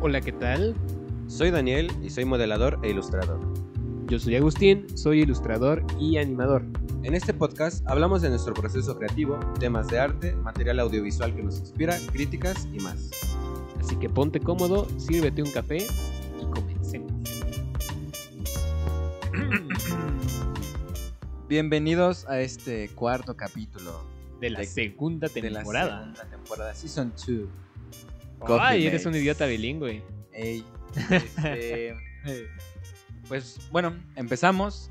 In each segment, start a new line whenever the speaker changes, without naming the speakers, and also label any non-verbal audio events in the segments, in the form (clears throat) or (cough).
Hola, ¿qué tal?
Soy Daniel y soy modelador e ilustrador.
Yo soy Agustín, soy ilustrador y animador.
En este podcast hablamos de nuestro proceso creativo, temas de arte, material audiovisual que nos inspira, críticas y más.
Así que ponte cómodo, sírvete un café y comencemos.
Bienvenidos a este cuarto capítulo
De la
De-
segunda
de
temporada.
la segunda temporada, Season 2.
Ay,
Coffee
eres un
Mates.
idiota bilingüe. (laughs)
Ey, este, pues bueno, empezamos.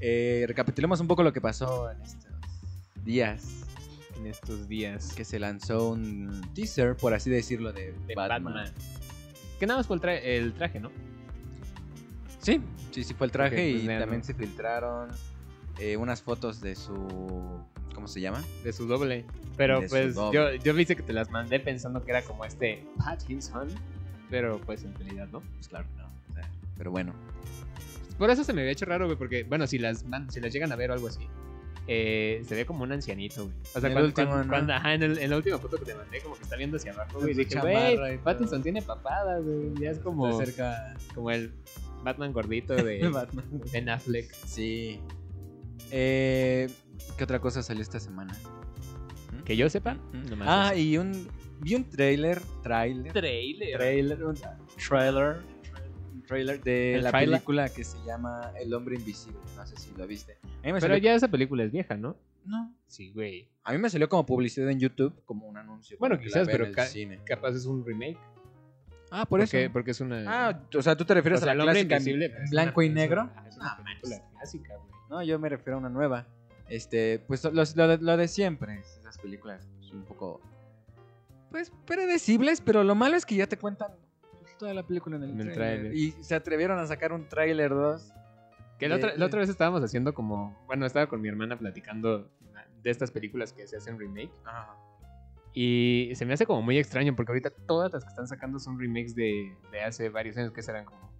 Eh, recapitulemos un poco lo que pasó en estos días
En estos días.
que se lanzó un teaser, por así decirlo, de,
De Batman.
Batman.
Que nada más fue el, tra- el traje, ¿no?
Sí, sí, sí fue el traje
Ok, pues,
y
vean,
también
¿no?
se filtraron eh, unas fotos de su, ¿cómo se llama?
De su doble. Pero
De su
pues yo,
doble.
yo me hice que te las mandé pensando que era como este Pattinson. Pero pues en realidad, ¿no?
Pues claro, no. o sea, Pero bueno,
Por eso se me había hecho raro, güey, porque, bueno, si las, man- si las llegan a ver o algo así, eh, se ve como un ancianito, güey. O sea,
En el
cuando,
último,
cuando-
¿no?
cuando- ajá, en, el- en la última foto que te mandé, como que está viendo hacia abajo, güey. Y
Con su
dije,
chamarra y
güey,
todo.
Pattinson tiene papada, güey. Ya es como,
está
(laughs)
cerca
como el Batman gordito
de
de
(laughs) Batman.
Ben Affleck.
Sí. Eh, ¿Qué otra cosa salió esta semana?
Que yo sepa, nomás.
ah,
eso.
y un vi un trailer, trailer,
trailer.
trailer, un trailer, un trailer de
¿El
la
trailer?
película que se llama El hombre invisible. No sé si lo viste. A mí me
Pero
salió,
ya esa película es vieja, ¿no?
no.
Sí, güey.
A mí me salió como publicidad en YouTube, como un anuncio.
Bueno,
para que la
quizás,
vea en
pero
el
ca-
cine.
Capaz es un remake.
Ah, por
porque,
eso.
Porque es una...
Ah, o sea, tú te refieres
o sea,
a
el
la
hombre
clásica
invisible. pues, es una-
blanco y
es una-
negro. Ah,
ajá, Es una
No,
película clásica, güey.
No, yo me refiero a una nueva. Este, pues lo, lo de- lo de siempre, esas películas pues, un poco pues predecibles, pero lo malo es que ya te cuentan toda la película en el,
En el
tráiler.
tráiler.
Y se atrevieron a sacar un tráiler 2.
Que la
de-
otra, la otra vez estábamos haciendo como. Bueno, estaba con mi hermana platicando de estas películas que se hacen remake. Y se me hace como muy extraño porque ahorita todas las que están sacando son remakes de, de hace varios años, que serán como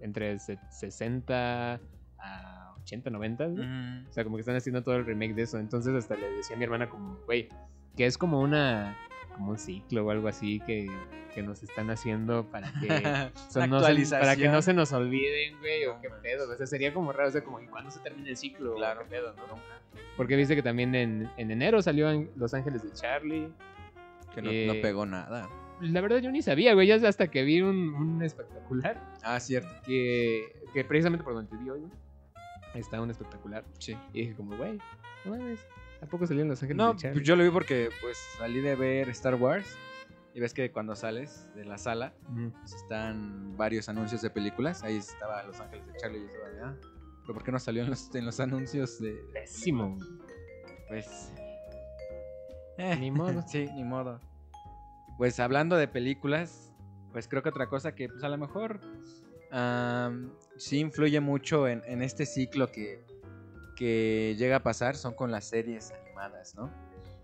entre se- 60 a 80, 90. güey.
Mm.
O sea, como que están haciendo todo el remake de eso. Entonces hasta le decía a mi hermana como, güey, que es como una. como un ciclo o algo así que, que nos están haciendo para
(laughs)
que. O sea, no se- para que no se nos olviden, güey, o
No
qué
manches.
pedo. O sea, sería como raro, o sea, como, ¿y cuándo se termina el ciclo?
Claro.
¿Qué pedo, no? Porque viste que también en, en enero salió en Los Ángeles de Charlie.
Que no,
Eh,
no pegó nada.
La verdad, yo ni sabía, güey, ya es hasta que vi un, un espectacular
Ah, cierto.
que, que precisamente por donde te vi hoy, güey, está un espectacular.
Sí.
Y dije, como, güey, no mames, ¿a poco salió en Los Ángeles
No,
de Charlie?
pues yo lo vi porque pues salí de ver Star Wars y ves que cuando sales de la sala
Ujú.
pues, están varios anuncios de películas. Ahí estaba Los Ángeles de Charlie y yo estaba de, ah, pero ¿por qué no salió en los, en los anuncios de.
Pésimo, güey.
Pues. eh,
Ni modo.
(laughs) sí, ni modo. Pues hablando de películas, pues creo que otra cosa que, pues a lo mejor. am, sí influye mucho en, en este ciclo que, que llega a pasar son con las series animadas, ¿no?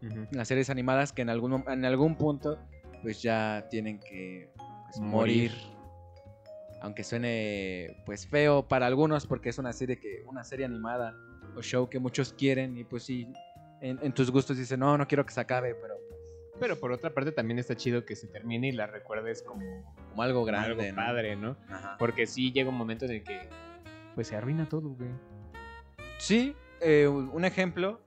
Ujú.
Las series animadas que en algún, mom- en algún punto pues ya tienen que pues,
Morir.
morir. Aunque suene pues feo para algunos porque es una serie que una serie animada o show que muchos quieren y pues sí en, en tus gustos dicen, "No, no quiero que se acabe", pero
Pero por otra parte también está chido que se termine y la recuerdes como,
como algo
como
grande,
algo
¿no?
padre, ¿no?
Ajá.
Porque sí llega un momento en el que pues se arruina todo, güey.
Sí, eh, un ejemplo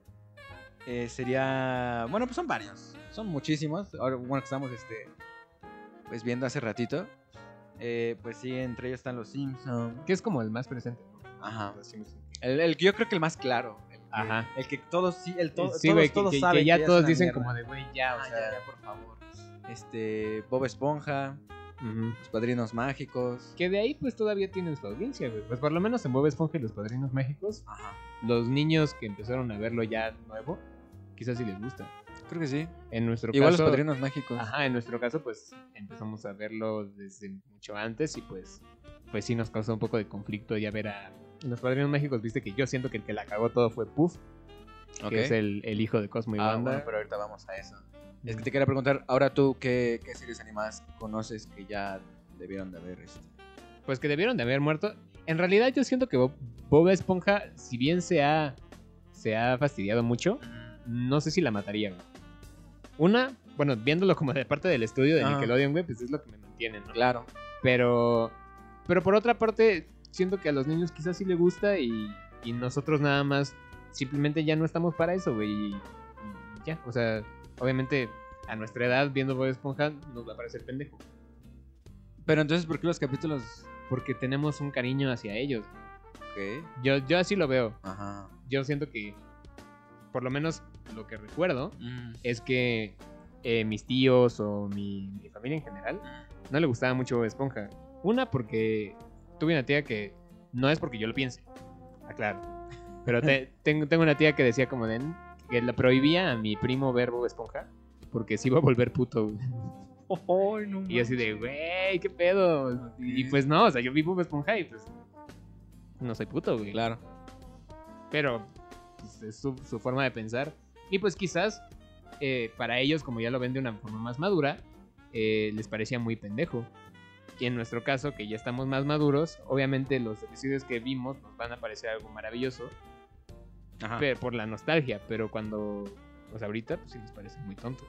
eh, sería. Bueno, pues son varios. Son muchísimos. Ahora, bueno, que estamos este, pues viendo hace ratito. eh, pues sí, entre ellos están los Simpsons.
Que es como el más presente. ¿no?
Ajá.
Los Simpsons.
El, el que yo creo que el más claro. El que,
Ajá.
El que todos sí, el to-
sí,
todos,
güey, que-
todos
que, que
saben.
ya
es
todos
una
dicen
mierda.
como de, güey, ya, o
Ah,
sea.
ya, ya, por favor. Este, Bob Esponja,
ujú.
los padrinos mágicos.
Que de ahí pues todavía tienen su audiencia, güey. Pues por lo menos en Bob Esponja y los Padrinos Mágicos,
Ajá.
los niños que empezaron a verlo ya nuevo, quizás sí les gusta.
Creo que sí.
En nuestro
Igual
caso...
los padrinos mágicos.
Ajá, en nuestro caso pues empezamos a verlo desde mucho antes y pues pues sí nos causó un poco de conflicto ya ver a... En los Padrinos Mágicos viste que yo siento que el que la cagó todo fue Puff,
Ok.
que es el, el hijo de Cosmo y
Ah,
Wanda.
bueno, pero ahorita vamos a eso. Es
Mm.
que te quería preguntar, ahora tú, ¿qué, qué series animadas conoces que ya debieron de haber? Este?
pues que debieron de haber muerto. En realidad yo siento que Bob, Bob Esponja, si bien se ha, se ha fastidiado mucho,
Mm,
no sé si la mataría. güey. Una, bueno, viéndolo como de parte del estudio de
Ah.
Nickelodeon, güey, pues es lo que me mantiene, ¿no?
Claro.
Pero, pero por otra parte, siento que a los niños quizás sí le gusta y, y nosotros nada más simplemente ya no estamos para eso, güey. Y, y ya, o sea, obviamente a nuestra edad viendo Bob Esponja nos va a parecer pendejo.
Pero entonces, ¿por qué los capítulos?
Porque tenemos un cariño hacia ellos.
Ok.
Yo, yo así lo veo.
Ajá.
Yo siento que, por lo menos lo que recuerdo,
Mm.
es que eh, mis tíos o mi, mi familia en general no le gustaba mucho Bob Esponja. Una, porque tuve una tía que no es porque yo lo piense, aclaro. Pero te- tengo, tengo una tía que decía como de que la prohibía a mi primo ver Bob Esponja porque se iba a volver puto. güey. Y yo así de, güey, qué pedo. Y pues no, o sea, yo vi Bob Esponja y pues no soy puto, güey.
Claro.
Pero pues, es su, su forma de pensar. Y pues quizás eh, para ellos, como ya lo ven de una forma más madura, eh, les parecía muy pendejo. Y en nuestro caso, que ya estamos más maduros, obviamente los episodios que vimos nos van a parecer algo maravilloso
Ajá.
pero por la nostalgia, pero cuando, o sea, ahorita, pues sí nos parecen muy tontos.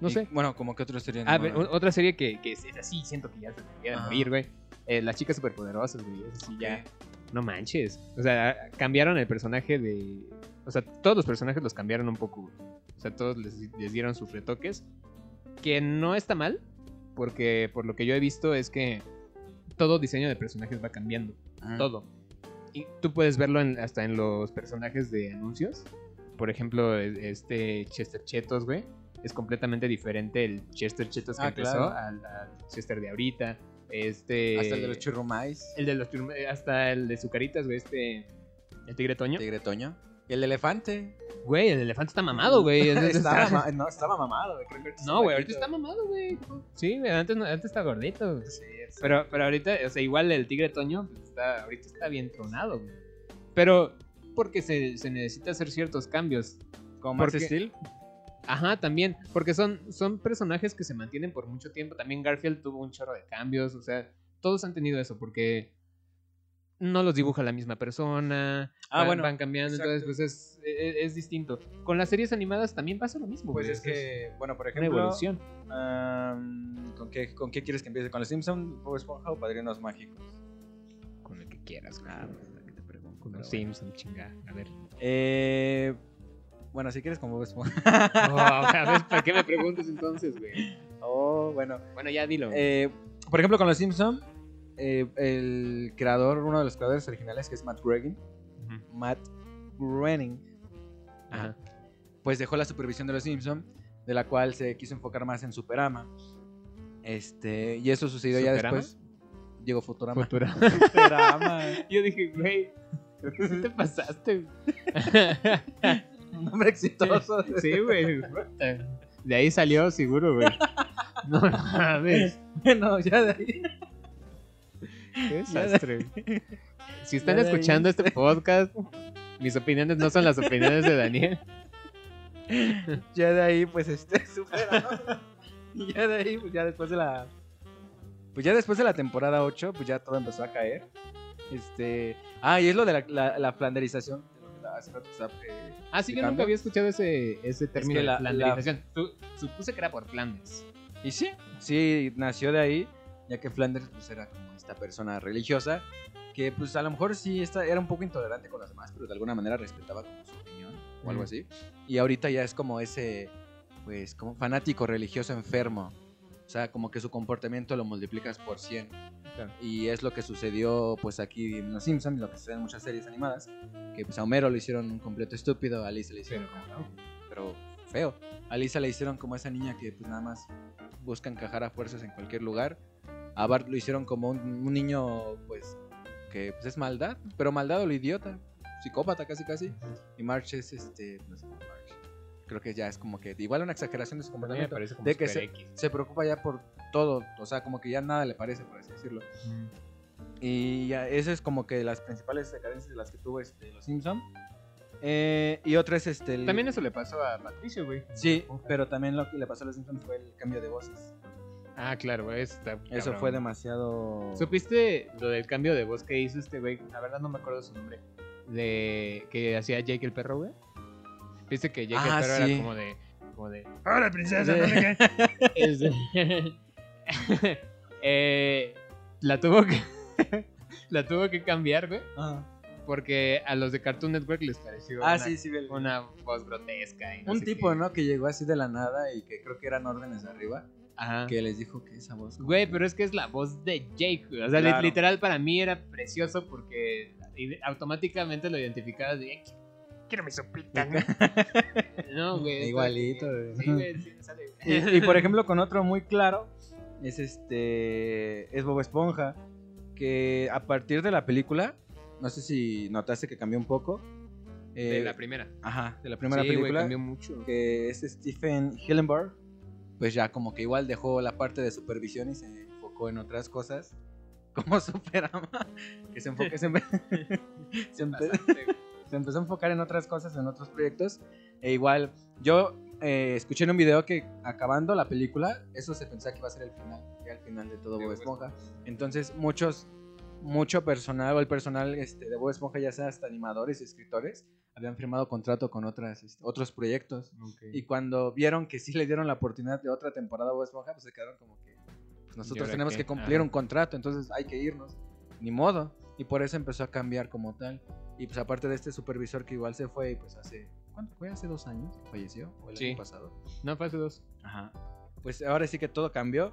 No
Y,
sé.
Bueno, como que otros serían.
Ah,
como-
pero o- otra serie que, que es, es así, siento que ya se debería de
Ajá.
morir, güey. Eh, Las chicas superpoderosas, güey. Es así, ya.
Ok.
No manches. O sea, cambiaron el personaje de. O sea, todos los personajes los cambiaron un poco. güey. O sea, todos les, les dieron sus retoques. Que no está mal, porque por lo que yo he visto es que todo diseño de personajes va cambiando
Ajá.
todo. Y tú puedes verlo en- hasta en los personajes de anuncios. Por ejemplo, e- este Chester Chetos, güey. Es completamente diferente el Chester Chetos que
Ah,
empezó
claro.
al, al Chester de ahorita. Este.
Hasta el de los churrumais.
el de los churrum- Hasta el de Zucaritas, güey. Este. El tigre Toño.
Tigre Toño. Y el elefante.
Güey, el elefante está mamado, güey. Es- es-
(laughs) estaba,
está-
ma- no, estaba mamado. güey, creo que ahorita
No, güey, ahorita
flaquito.
está mamado, güey. Sí, güey, antes, no- antes está gordito. güey. Pero, pero ahorita, o sea, igual el tigre Toño pues, está, ahorita está bien tronado, güey. Pero porque se, se necesita hacer ciertos cambios.
Como Max
Porque-
Steel.
Ajá, también. Porque son, son personajes que se mantienen por mucho tiempo. También Garfield tuvo un chorro de cambios. O sea, todos han tenido eso porque no los dibuja la misma persona.
Ah,
van,
bueno,
van cambiando.
exacto.
Entonces, pues es, es, es distinto. Con las series animadas también pasa lo mismo.
Pues
güey,
es que, bueno, por
es una
ejemplo,
evolución.
am, ¿con, qué, ¿con qué quieres que empiece? ¿Con los Simpsons, Bob Esponja o Padrinos Mágicos?
Con el que quieras, güey.
Ah,
que te pregunto.
pero
los Simpson, chinga. A (laughs) ver.
Eh, bueno, si quieres con Bob Esponja. (laughs)
Oh, a ver, ¿para qué me preguntas entonces, güey?
Oh, bueno.
Bueno, ya dilo.
Eh, por ejemplo, con los Simpsons, el creador, uno de los creadores originales, que es Matt Groening,
Ujú.
Matt Groening,
(laughs) Ajá.
pues dejó la supervisión de los Simpsons, de la cual se quiso enfocar más en Superama. Este, y eso sucedió ya
¿Superama?
después. Digo, Futurama.
Futura.
(laughs) Futurama.
(laughs) Yo dije, güey, creo que sí te (laughs) pasaste.
Un nombre exitoso.
sí, (laughs) güey. De ahí salió seguro, güey. No (laughs) mames.
(laughs) Bueno, ya de ahí.
Qué desastre. Si están
Ya de ahí.
escuchando este podcast, mis opiniones no son las opiniones de Daniel.
Ya de ahí, pues, este, (laughs) supera, ¿no? Y ya de ahí, pues, ya después de la... Pues ya después de la temporada 8, pues ya todo empezó a caer. Este... Ah, y es lo de la, la, la flanderización. de lo que la- hace rato estaba, eh,
Ah, sí, yo
¿Cambio?
nunca había escuchado ese, ese término
la-
de flanderización. Tú- supuse que era por Flandes.
Y sí, sí, nació de ahí, ya que Flanders pues, era como esta persona religiosa, que pues a lo mejor sí está, era un poco intolerante con los demás, pero de alguna manera respetaba como su opinión o
Ujú.
algo así. Y ahorita ya es como ese, pues, como fanático religioso enfermo. O sea, como que su comportamiento lo multiplicas por 100.
Claro.
Y es lo que sucedió pues aquí en Los Simpsons, lo que sucede en muchas series animadas, que pues a Homero lo hicieron un completo estúpido, a Lisa le hicieron pero feo. A Lisa la hicieron como esa niña que pues nada más busca encajar a fuerzas en cualquier lugar. A Bart lo hicieron como un, un niño pues que pues, es maldad, pero maldad o lo idiota, psicópata casi casi. Y March es este, no sé, March. Creo que ya es como que igual una exageración de su
A mí me
comportamiento.
parece como
De que
super X.
Se preocupa ya por todo, o sea, como que ya nada le parece, por así decirlo.
Mm.
Y ya, esa es como que las principales decadencias de las que tuvo este, los Simpson. Eh, y otra es este... el-
También eso le pasó a Patricio, güey.
Sí, pero también lo que le pasó a los Simpsons fue el cambio de voces.
Ah, claro, güey. Eso está
Eso
cabrón.
fue demasiado.
¿Supiste lo del cambio de voz que hizo este güey? La verdad no me acuerdo su nombre. De que hacía Jake el perro, güey. Viste que Jake
Ah,
el perro
sí.
era como
(laughs)
de como de
Ahora, princesa,
Sí.
no me caes.
Este, (laughs) Eh, la tuvo que. (laughs) la tuvo que cambiar, güey. Porque a los de Cartoon Network les pareció
Ah,
una,
sí, sí, ve-
una voz grotesca. y no
Un
sé
tipo,
qué.
¿no? Que llegó así de la nada y que creo que eran órdenes de arriba.
Ajá.
Que les dijo que
(laughs)
esa voz.
Güey, pero es que es la voz de Jake. güey. O sea, li-
Claro.
literal para mí era precioso porque ide- automáticamente lo identificabas de "Ay, quiero mi sopita.
(laughs)
¿no?". No, güey.
Igualito,
güey.
güey.
Sí, güey, sí me sale.
Y, y, por ejemplo, con otro muy claro, es este. Es Bob Esponja. Que a partir de la película, no sé si notaste que cambió un poco.
De
eh,
la primera.
ajá, de la primera
sí, güey,
película.
cambió
(laughs)
mucho.
que es Stephen Hillenburg, pues ya como que igual dejó la parte de supervisión y se enfocó en otras cosas, (laughs) como Superama, que se, enfocó- se, empe- (laughs) se empe-
Bastante, güey.
se empezó a enfocar en otras cosas, en otros proyectos, e igual yo eh, escuché en un video que acabando la película, eso se pensaba que iba a ser el final, ya el final de todo
De
Bob
Bob Esponja.
Esponja, entonces muchos, mucho personal, o el personal este, de Bob Esponja, ya sea hasta animadores, escritores, habían firmado contrato con otras, este, otros proyectos. Y cuando vieron que sí le dieron la oportunidad de otra temporada a Bob Esponja, pues se quedaron como que pues
¿Y
nosotros
ahora
tenemos
qué?
que cumplir
Ajá.
un contrato, entonces hay que irnos. Ni modo. Y por eso empezó a cambiar como tal. Y pues aparte de este supervisor que igual se fue y pues hace... ¿Cuánto fue? ¿Hace dos años? que ¿Falleció? ¿O el
Sí.
año pasado?
No, fase 2.
Ajá. Pues ahora sí que todo cambió.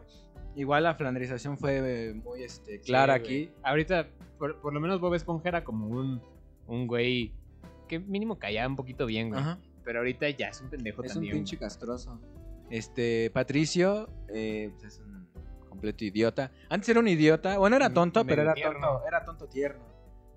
Igual la flanderización fue eh, muy este, clara aquí.
Ahorita, por, por lo menos Bob Esponja era como un, un güey que mínimo callaba un poquito bien, güey.
Ajá.
Pero ahorita ya es un pendejo
Pues Es un
también.
pinche castroso. Este, Patricio, eh, pues es un completo idiota. Antes era un idiota, bueno, era
Mm,
tonto, pero
medio
era
tierno.
tonto, era tonto tierno.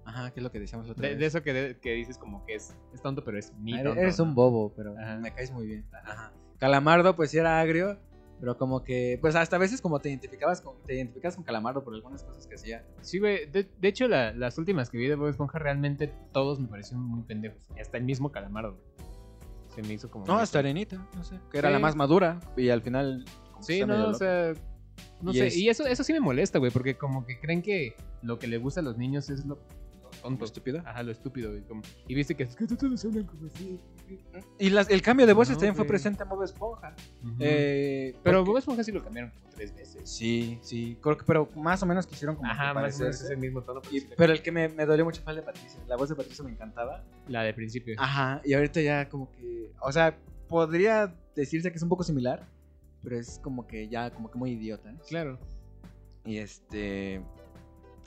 Ajá, que es lo que decíamos la otra
De, de
vez.
eso que, de- que dices como que es, es tonto, pero es mi
Ah,
tonto.
Eres
¿no?
un bobo, pero
Ajá.
me caes muy bien. Ajá. Calamardo, pues sí era agrio, pero como que, pues hasta a veces como te identificabas con, te identificas con Calamardo por algunas cosas que hacía.
Sí, güey. De, de hecho, la- las últimas que vi de Bob Esponja realmente todos me parecieron muy pendejos. Hasta el mismo Calamardo. Se me hizo como...
No,
muy-
hasta Arenita, no sé. Que era
Sí.
la más madura y al final. como que
Sí,
está medio
no, o
loca.
sea... No
Y
sé,
es-
y eso, eso sí me molesta, güey, porque como que creen que lo que le gusta a los niños es lo, lo tonto.
Estúpida.
Ajá, lo estúpido, güey. como- Y viste que es que todos hablan como así.
Y las- el cambio de voces
No,
también fue
güey.
presente en Bob Esponja.
Ujú.
Eh,
pero
porque-
Bob Esponja sí lo cambiaron como tres veces.
Sí, sí, creo que, pero más o menos quisieron como
Ajá, más o
que
menos es
parecerse.
el mismo tono. Pero
Y-
sí le-
pero el que me, me dolió mucho fue el de Patricio. La voz de Patricio me encantaba.
La de principio.
Ajá, y ahorita ya como que, o sea, podría decirse que es un poco similar, pero es como que ya como que muy idiota. ¿no?
claro.
Y este...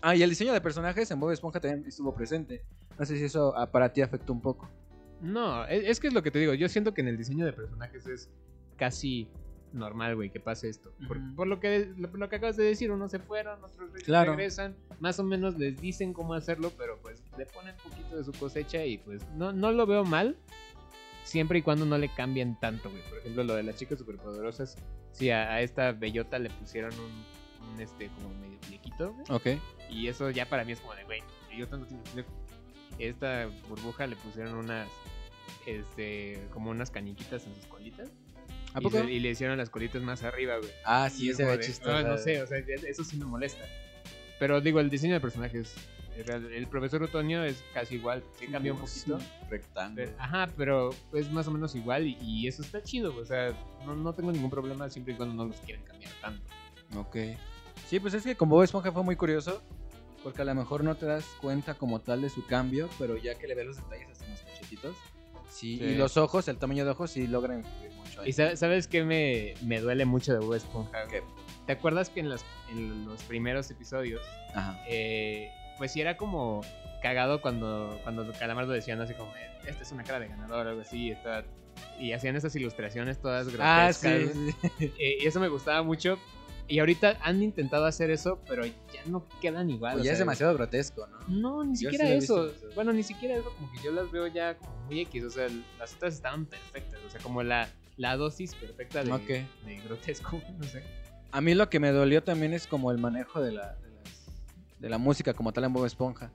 Ah, y el diseño de personajes en Bob Esponja también estuvo presente. No sé si eso ah, para ti afectó un poco.
No, es, es que es lo que te digo. Yo siento que en el diseño de personajes es casi normal, güey, que pase esto. Por,
Ujú.
por lo que lo, por lo que acabas de decir, unos se fueron, otros re-
Claro.
regresan. Más o menos les dicen cómo hacerlo, pero pues le ponen un poquito de su cosecha y pues no, no lo veo mal. Siempre y cuando no le cambien tanto, güey. Por ejemplo, lo de las chicas superpoderosas. Sí, a, a esta bellota le pusieron un, un, este como medio muñequito, güey.
Ok.
Y eso ya para mí es como de, güey, yo tanto tiempo. Esta burbuja le pusieron unas, este, como unas caniquitas en sus colitas.
¿A
y
poco?
se- Y, le hicieron las colitas más arriba, güey.
Ah,
Y
sí,
es
ese
como
era
de,
chistoso.
No, no sé, o sea, ya- eso sí me molesta. Pero digo, el diseño de personajes es real. El profesor Otoño es casi igual, sí cambió un poquito.
Rectángulo.
pero- ajá, pero es más o menos igual y, y eso está chido, o sea, no, no tengo ningún problema siempre y cuando no los quieren cambiar tanto.
Ok. Sí, pues es que con Bob Esponja fue muy curioso. Porque a lo mejor no te das cuenta como tal de su cambio. Pero ya que le ves los detalles hasta en los cachetitos. Sí,
Sí.
Y los ojos, el tamaño de ojos, sí logran influir mucho. ahí.
¿Y sa- sabes qué me, me duele mucho de Bob Esponja? güey?
¿Qué?
¿Te acuerdas que en, las- en los primeros episodios,
Ajá.
eh, pues sí era como cagado cuando, cuando Calamardo decían así como, "Eh, esta es una cara de ganador o algo así, está- y hacían esas ilustraciones todas
Ah,
grotescas.
sí.
güey.
sí.
(laughs) Eh, y eso me gustaba mucho. Y ahorita han intentado hacer eso, pero ya no quedan igual.
Pues
o
ya
sea,
es demasiado grotesco, ¿no?
No, ni
Yo sí
siquiera
lo he visto
eso.
demasiado.
Bueno, ni siquiera eso, como que yo las veo ya como muy X. O sea, las otras estaban perfectas. O sea, como la, la dosis perfecta de,
Ok.
de grotesco. (laughs) No sé.
A mí lo que me dolió también es como el manejo de la, de las- de la música como tal en Bob Esponja.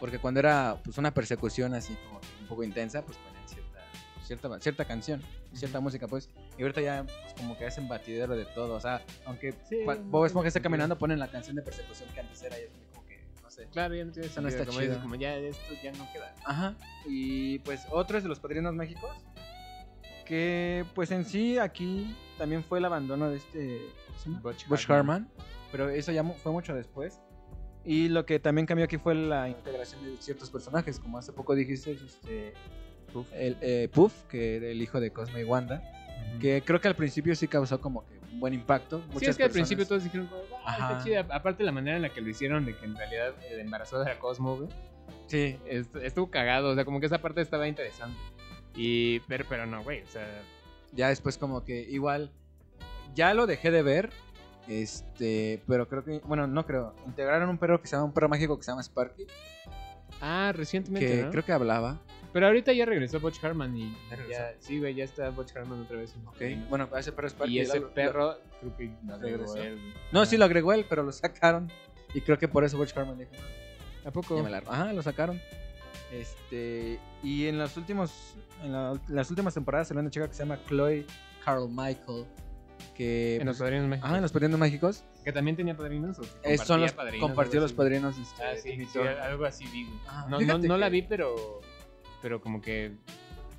Porque cuando era pues una persecución así como que un poco intensa, pues ponían cierta, cierta, cierta canción, cierta música pues. Y ahorita ya pues, como que hacen batidero de todo. O sea, aunque
Sí,
cua-
no
Bob
tiene
Esponja está
sentido.
caminando, ponen la canción de persecución que antes era y es como que, no sé.
Claro, ya no tiene
Eso no
sentido,
está
como dices,
chido.
como ya esto ya no queda.
Ajá. Y pues otro es de los Padrinos Méxicos. que pues en sí aquí también fue el abandono de este ¿cómo se llama?
Butch
Butch Hartman, pero eso ya mu- fue mucho después. Y lo que también cambió aquí fue la integración de ciertos personajes, como hace poco dijiste, este,
Puff.
El, eh, Puff, que era el hijo de Cosme y Wanda,
Ujú.
que creo que al principio sí causó como que un buen impacto.
Sí, es
Muchas
que al
personas-
principio todos dijeron, como, "Ah, está
Ajá.
chida". Aparte la manera en la que lo hicieron, de que en realidad eh, embarazó de la Cosmo, güey.
Sí,
est- Estuvo cagado, o sea, como que esa parte estaba interesante. Y, pero, pero no, güey, o sea,
ya después como que igual ya lo dejé de ver este pero creo que bueno no creo integraron un perro que se llama un perro mágico que se llama Sparky
Ah, recientemente,
que
¿no?
creo que hablaba
Pero ahorita ya regresó Butch Harman y
Ya
ya, sí, güey, ya está Butch Harman otra vez. en
ok
camino.
bueno a ese perro Sparky
Y
ya
ese
lo-
perro, creo que no
Regresó.
regresó.
no sí lo agregó él pero lo sacaron y creo que por eso Watch Carmen dijo
¿A
ya
poco?
me largo. ajá lo sacaron este y en los últimos en, la- en las últimas temporadas salió una chica que se llama Chloe Carl Michael que
En los
pues,
padrinos mágicos.
ajá en los padrinos mágicos
Que también tenía padrinos. ¿o
eh, son los
compartía
compartió
algo
los
así?
padrinos este,
Ah, sí, sí,
Victor.
algo así vi, güey.
Ah,
no, no,
fíjate
no la
que-
vi, pero. Pero como que.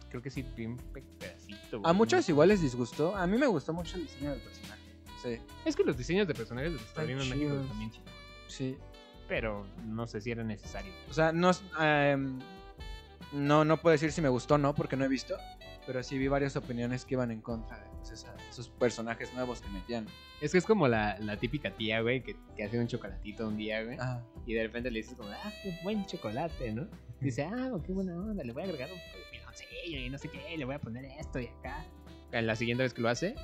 Creo que sí, vi un pe- pedacito. güey.
A muchos igual les disgustó. A mí me gustó mucho el diseño del personaje. Sí,
Es que los diseños de personajes de los padrinos mágicos
chidos.
también chidos.
sí.
Pero no sé si era necesario.
O sea, no, s- em, no, no puedo decir si me gustó o no, porque no he visto. Pero sí vi varias opiniones que iban en contra de pues, esa- esos personajes nuevos que metían.
Es que es como la, la típica tía, güey, que, que hace un chocolatito un día, güey.
Ah,
Y de repente le dices como, ah, qué buen chocolate, ¿no? Dice, ah, qué buena onda, le voy a agregar un poco de piloncillo y no sé qué, le voy a poner esto y acá. A La siguiente vez que lo hace,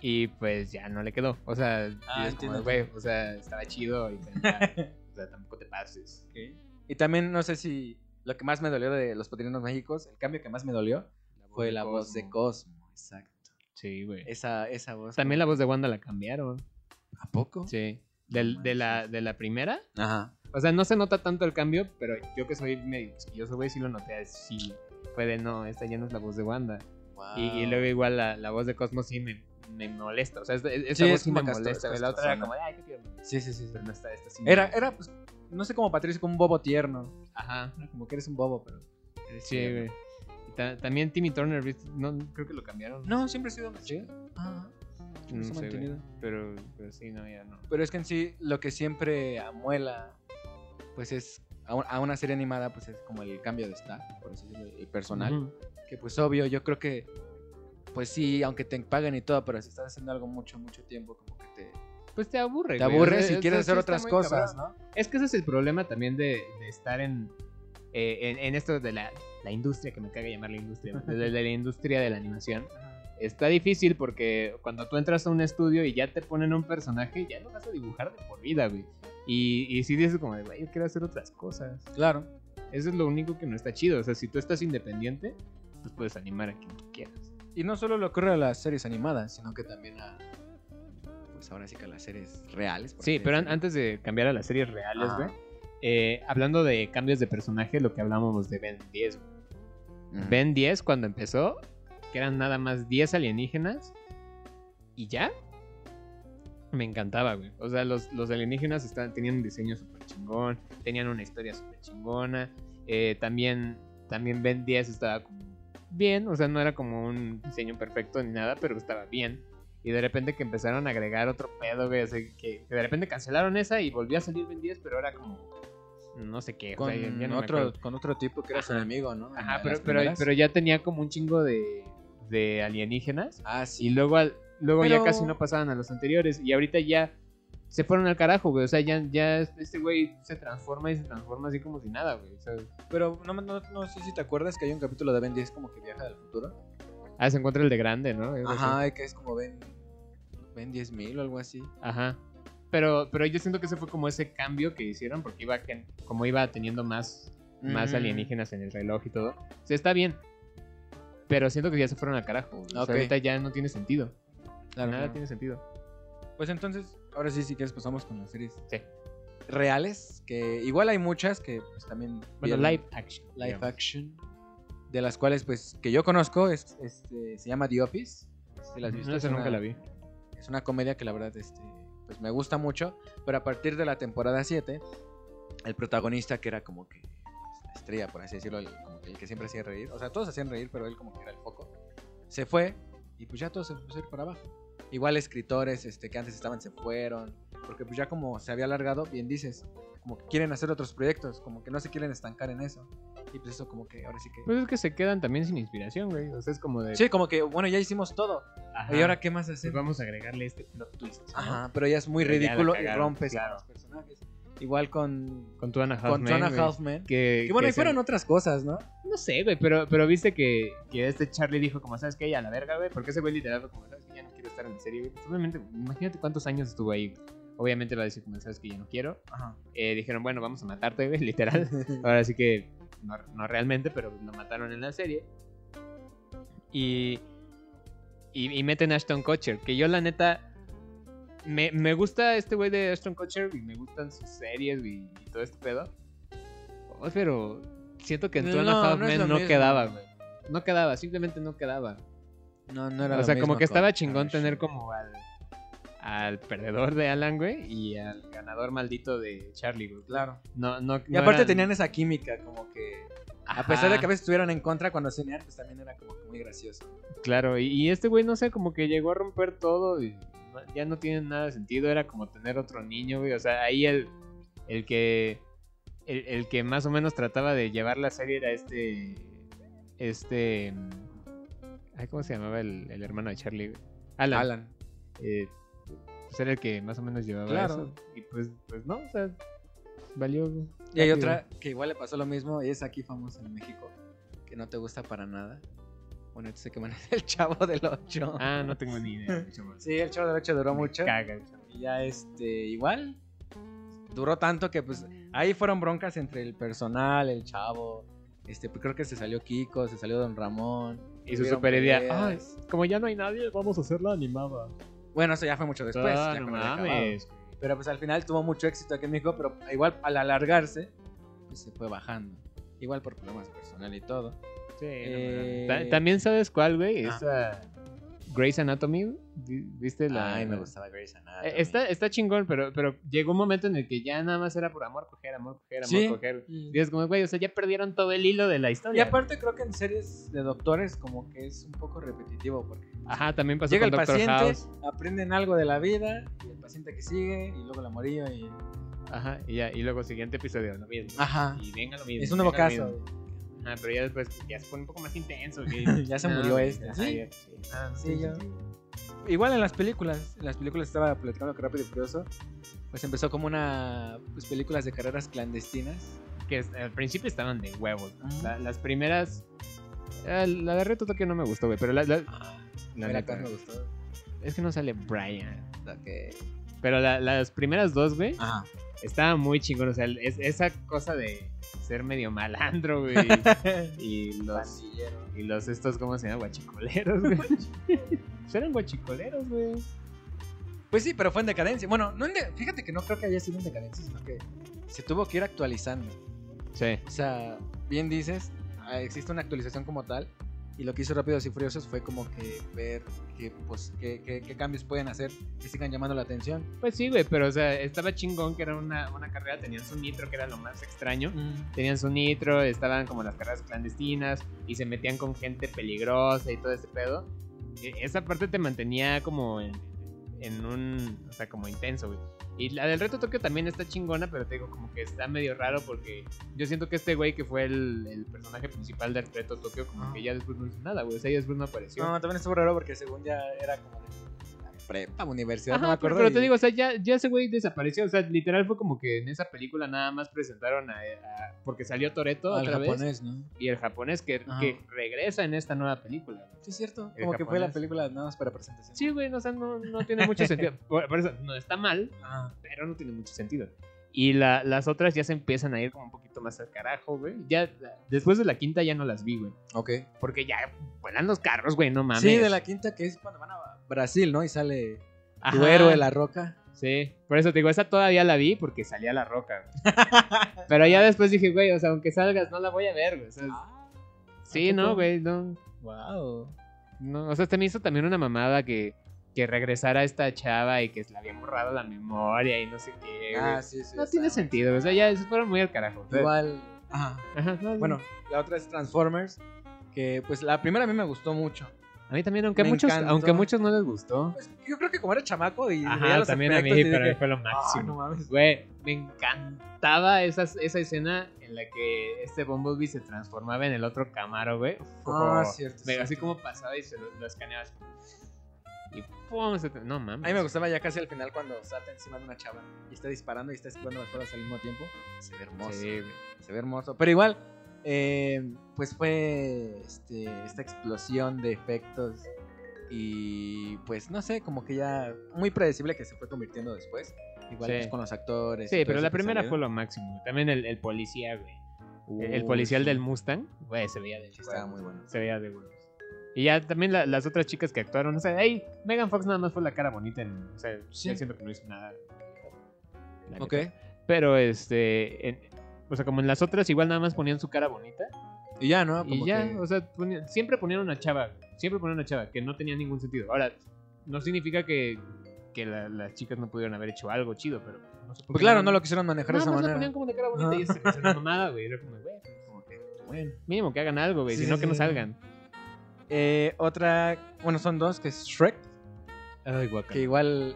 y pues ya no le quedó. O sea, y
Ah,
es como,
entiendo.
güey, o sea, estaba chido y pero ya,
(laughs)
o sea, tampoco te pases.
Y también no sé si lo que más me dolió de los Padrinos Mágicos, el cambio que más me dolió fue la voz de Cosmo. Exacto.
Sí, güey. Pues,
Esa, esa voz.
También la voz de Wanda la cambiaron.
¿A poco?
Sí. Del- de, la, de la primera.
Ajá.
O sea, no se nota tanto el cambio, pero yo que soy medio quisquilloso, güey, sí lo noté así. Fue de, no, esta ya no es la voz de Wanda. Y,
Ah.
y luego igual la, la voz de Cosmo sí me, me molesta. O sea, esta, esta
Sí,
voz
es
sí me
como castor-
molesta. güey. La otra era como,
castrozona.
ay, qué tierno.
Sí, sí, sí. sí.
Pero no está esta sí. me-
Era, era, pues, no sé cómo Patricio, como un bobo tierno.
Ajá.
¿no? Como que eres un bobo, pero. eres
Sí,
tierno.
güey. Y ta- también Timmy Turner, ¿viste? No, creo que lo cambiaron.
No, siempre he sido
¿Sí?
Ah,
No
se
sé, güey.
ha mantenido.
Pero, pero sí, no, ya no.
Pero es que en sí, lo que siempre amuela, pues es. A un- a una serie animada, pues es como el cambio de staff, por así decirlo, el personal.
Ujú.
Que pues obvio, yo creo que. Pues sí, aunque te paguen y todo, pero si estás haciendo algo mucho, mucho tiempo, como que te,
Pues te aburre,
te
güey.
aburres
O sea,
y quieres
o sea,
hacer
sí está
otras
muy
cosas,
cabrón.
¿no?
Es que ese es el problema también de, de estar en, eh, en, en esto de la, la industria, que me caga llamar la industria, güey, de, de la industria de la animación. Está difícil porque cuando tú entras a un estudio y ya te ponen un personaje, ya lo vas a dibujar de por vida, güey. Y, y si dices como, de, güey, yo quiero hacer otras cosas.
Claro.
Eso es lo único que no está chido. O sea, si tú estás independiente, pues puedes animar a quien tú quieras.
Y no solo le ocurre a las series animadas, sino que también a. Pues ahora sí que a las series reales. por
Sí,
así
pero an-
decirlo.
antes de cambiar a las series reales,
Ajá.
güey. eh, hablando de cambios de personaje, lo que hablábamos de Ben 10. güey.
Ujú.
Ben 10 cuando empezó, que eran nada más 10 alienígenas. Y ya. Me encantaba, güey. O sea, los, los alienígenas estaban, tenían un diseño súper chingón, tenían una historia súper chingona. eh, también, también Ben 10 estaba como bien, o sea, no era como un diseño perfecto ni nada, pero estaba bien. Y de repente que empezaron a agregar otro pedo, güey. o sea, que, que de repente cancelaron esa y volvió a salir Ben 10, pero era como. No sé qué. o
con,
sea, ya- ya no me
otro,
acuerdo.
con otro tipo que era su
Ajá.
enemigo, ¿no? En
Ajá,
las
pero, pero,
primeras.
pero ya tenía como un chingo de, de alienígenas.
Ah,
Y
sí.
luego, al- luego ya
Pero-
casi no pasaban a los anteriores. Y ahorita ya se fueron al carajo, güey. O sea, ya, ya este güey se transforma y se transforma así como si nada, güey. O sea,
Pero no, no, no sé si te acuerdas que hay un capítulo de Ben 10 como que viaja del futuro.
ah, se encuentra el de grande, ¿no? Algo así.
Ajá, y que es como Ben, ben 10.000 o algo así.
Ajá. Pero, pero yo siento que ese fue como ese cambio que hicieron porque iba gen- como iba teniendo más, más
Mm.
alienígenas en el reloj y todo. O sea, está bien. Pero siento que ya se fueron al carajo. güey. O sea,
Ok.
ahorita ya no tiene sentido.
Claro,
nada
claro.
tiene sentido.
Pues entonces, ahora sí, si quieres, pasamos con las series
Sí.
reales. Que igual hay muchas que pues también.
Bueno,
vieron
live action.
live
digamos.
action. De las cuales, pues, que yo conozco, es, este, se llama The Office. Si las has visto,
No,
es
esa nunca la
una-
vi.
Es una comedia que la verdad este, pues me gusta mucho, pero a partir de la temporada 7, el protagonista que era como que pues, la estrella, por así decirlo, el, como que el que siempre hacía reír, o sea, todos hacían reír, pero él como que era el foco, se fue y pues ya todo se empezó a ir para abajo. Igual escritores este, que antes estaban se fueron, porque pues ya como se había alargado, bien dices, como que quieren hacer otros proyectos, como que no se quieren estancar en eso. Y pues eso como que ahora sí que...
Pues es que se quedan también sin inspiración, güey. O sea, es como de.
Sí, como que, bueno, ya hicimos todo.
ajá,
¿Y ahora qué más
pues
hacemos?
vamos a agregarle este plot twist. ¿no?
Ajá, pero ya es muy
Pero ya la
ridículo y
cagaron,
rompes
claro.
a los personajes. Igual con,
Con tu Anna Halfman.
con Jonah
güey,
Halfman.
Que,
Y bueno,
que
y fueron
se-
otras cosas, ¿no?
No sé, güey, pero, pero viste que, que este Charlie dijo, como, ¿sabes qué? Ya la verga, güey. Porque ese güey literal fue como, ¿sabes qué? Ya no quiero estar en la serie, güey. Pues, Obviamente, imagínate cuántos años estuvo ahí. güey. Obviamente va a decir, como, ¿sabes qué? Ya no quiero.
Ajá.
Eh, dijeron, bueno, vamos a matarte, güey, (laughs)
(laughs)
literal. Ahora sí que no, no realmente, pero lo mataron en la serie. Y, y, y meten a Ashton Kutcher, que yo la neta... Me, me gusta este güey de Ashton Kutcher y me gustan sus series güey, y, todo este pedo. Oh, pero siento que en Two and a
No, no
Half
es
Men
lo
no
mismo.
quedaba, güey. No quedaba, simplemente no quedaba.
No, no era
O
lo
sea, como
mismo
que estaba
con
chingón
Parachute.
tener como al, al perdedor de Alan, güey, y al ganador maldito de Charlie, güey.
Claro.
No, no,
Y aparte tenían esa química, como que... A pesar de que a veces estuvieron en contra cuando se unían, pues también era como que muy gracioso.
Claro, y, y este güey, no sé, como que llegó a romper todo y no- ya no tiene nada de sentido. Era como tener otro niño, güey. O sea, ahí el, el que. El, el que más o menos trataba de llevar la serie era este. Este. mm, ay, ¿Cómo se llamaba el, el hermano de Charlie? güey? Alan.
Alan.
Eh, pues era el que más o menos llevaba
Claro.
eso. Y pues, pues no, o sea. Valió. güey.
Y hay
Rápido.
otra que igual le pasó lo mismo y es aquí famosa en México, que no te gusta para nada. Bueno, (laughs) yo sé que man es el chavo del 8.
Ah, no tengo ni
(laughs)
idea. güey, chaval.
Sí, el chavo del 8 duró
Me
mucho.
caga el chaval.
Y ya este, igual. Duró tanto que pues ahí fueron broncas entre el personal, el chavo. Este, pues, creo que se salió Kiko, se salió Don Ramón.
Y su
hubieron
super idea. Ay,
peleas.
como ya no hay nadie, vamos a hacerla animada.
Bueno, eso ya fue mucho después.
Ah,
Pues, ya
no
cuando había acabado.
mames.
Pero pues al final tuvo mucho éxito aquí en México, pero igual al alargarse, pues se fue bajando. Igual por problemas personales y todo.
Sí, no
Eh,
mames. Ta- También sabes cuál, güey.
ah.
Esa Grey's Anatomy. güey. Vi- ¿Viste la.?
Ay, me gustaba Grey's Anatomy.
Eh, Está, está chingón, pero, pero llegó un momento en el que ya nada más era por amor, coger, amor, coger, amor,
Sí.
coger. Y
Y,
es como, güey, o sea, ya perdieron todo el hilo de la
y
historia.
aparte creo que en series de doctores como que es un poco repetitivo porque
Ajá, también pasó
llega el
con Doctor
paciente,
House.
aprenden algo de la vida y el paciente que sigue y luego el amorío y
Ajá, y ya. Y luego, siguiente episodio, lo mismo.
ajá,
Y venga lo mismo.
Ah. es un nuevo
venga lo
caso.
mismo. Ajá, pero ya después ya se pone un poco más intenso. güey.
(laughs) Ya se
No,
murió
güey,
este.
ajá,
Sí.
ya- sí. Ah, no
Sí,
tiene
ya.
sentido.
Igual en las películas, en las películas estaba platicando que Rápido y Furioso, pues empezó como una pues películas de carreras clandestinas.
que es- al principio estaban de huevos. ¿no?
Ajá.
La- las primeras. eh, la de Reto Tokio no me gustó, güey. Pero la, la-
Ah,
la
Mira,
neta,
acá me gustó.
es que no sale Brian.
Ok.
Pero la- las primeras dos, güey,
Ajá.
estaban muy chingón. O sea, es- esa cosa de ser medio malandro, güey. y los.
Pandillero.
Y los estos, ¿cómo se llaman? Guachicoleros, güey. Pues Eran guachicoleros, güey.
Pues sí, pero fue en decadencia. Bueno, no en de- fíjate que no creo que haya sido en decadencia, sino que se tuvo que ir actualizando.
Sí.
O sea, bien dices, ah, existe una actualización como tal. Y lo que hizo Rápidos y Furiosos fue como que ver qué pues, qué- qué- qué cambios pueden hacer que sigan llamando la atención.
Pues sí, güey, pero o sea, estaba chingón que era una, una carrera, tenían su nitro, que era lo más extraño. tenían su nitro, estaban como las carreras clandestinas y se metían con gente peligrosa y todo ese pedo. E- Esa parte te mantenía como en, en un, o sea, como intenso, güey. Y la del reto Tokio también está chingona, pero te digo, como que está medio raro porque yo siento que este güey que fue el, el personaje principal del reto Tokio, como
Ajá.
que ya después no hizo nada, güey. O sea, ya después no apareció.
No, también estuvo raro porque según ya era como de la prepa, universidad,
Ajá,
no me
pero,
acuerdo.
pero
y-
te digo, o sea, ya, ya ese güey desapareció. O sea, literal fue como que en esa película nada más presentaron a. a- porque salió Toreto
al
otra vez.
japonés, ¿no?
y el japonés que,
Ajá.
que regresa en esta nueva película.
Sí, es cierto.
El
Como que fue la
japonés.
película nada más para presentación.
Sí, güey, no, o sea, no, no tiene mucho
(laughs)
sentido. Por, por eso, no está mal,
Ah.
pero no tiene mucho sentido. Y la- las otras ya se empiezan a ir como un poquito más al carajo, güey. Ya, la- después de la quinta ya no las vi, güey.
Ok.
Porque ya vuelan los carros, güey, no mames.
Sí, de la quinta que es cuando van a Brasil, ¿no? Y sale
Ajá,
tu héroe La Roca.
Sí, por eso te digo, esa todavía la vi porque salía la roca,
(laughs)
güey. Pero ya después dije, güey, o sea, aunque salgas, no la voy a ver, güey. O sea, sí,
Ah, ¿a
no,
poco?
güey, no.
Wow.
No, o sea, te me hizo también una mamada que, que regresara esta chava y que se le habían borrado la memoria y no sé qué. güey.
Ah, sí, sí.
no
está.
tiene sentido, o sea, ya se fueron muy al carajo.
Igual. Ajá.
Ajá, no, no.
Bueno, la otra es Transformers. Que pues la primera a mí me gustó mucho.
A mí también, aunque, a
Me
muchos,
encantó.
aunque a muchos no les gustó.
Pues, yo creo que como era chamaco y veía
Ajá,
los
también a mí,
efectos y
pero
dije,
fue lo
"Ah, no
máximo.
mames.
Güey, me encantaba esas, esa escena en la que este Bumblebee se transformaba en el otro Camaro, güey. Como-
Ah, cierto.
me-
sí.
así como pasaba y se lo, lo escaneaba así. Y pum, se te- no mames.
A mí me gustaba ya casi al final cuando salta encima de una chava y está disparando y está esquivando las balas al mismo tiempo. Se ve hermoso.
Sí, güey.
Se ve hermoso. Pero igual, eh, pues fue este, esta explosión de efectos. Y pues no sé, como que ya muy predecible que se fue convirtiendo después. Igual
Sí.
pues, con los actores.
Sí, pero la primera fue lo máximo. También el, el policía, güey. el policial del Mustang, güey, se veía de
Estaba
huevos.
muy bueno.
Se veía de huevos. Y ya también la- las otras chicas que actuaron, o sea, hey, Megan Fox nada más fue la cara bonita en, o sea,
Sí.
yo siento que no hizo nada. la
Ok.
neta. Pero este, en- o sea, como en las otras igual nada más ponían su cara bonita
Y ya, ¿no? Como
y ya,
que-
o sea, ponía- siempre ponían una chava, siempre ponían una chava que no tenía ningún sentido. Ahora, no significa que, que la- las chicas no pudieron haber hecho algo chido, pero no sé por
Pues
qué
claro, no lo quisieron manejar de
Nada
esa
más la
manera.
ponían como de cara bonita
Ah.
y eso es una mamada, güey. Era como, güey, pues, como que, bueno, mínimo que hagan algo, güey,
Sí,
si no
sí,
que no
sí.
salgan.
Eh, otra, bueno, son dos, que es Shrek,
Ay,
que igual...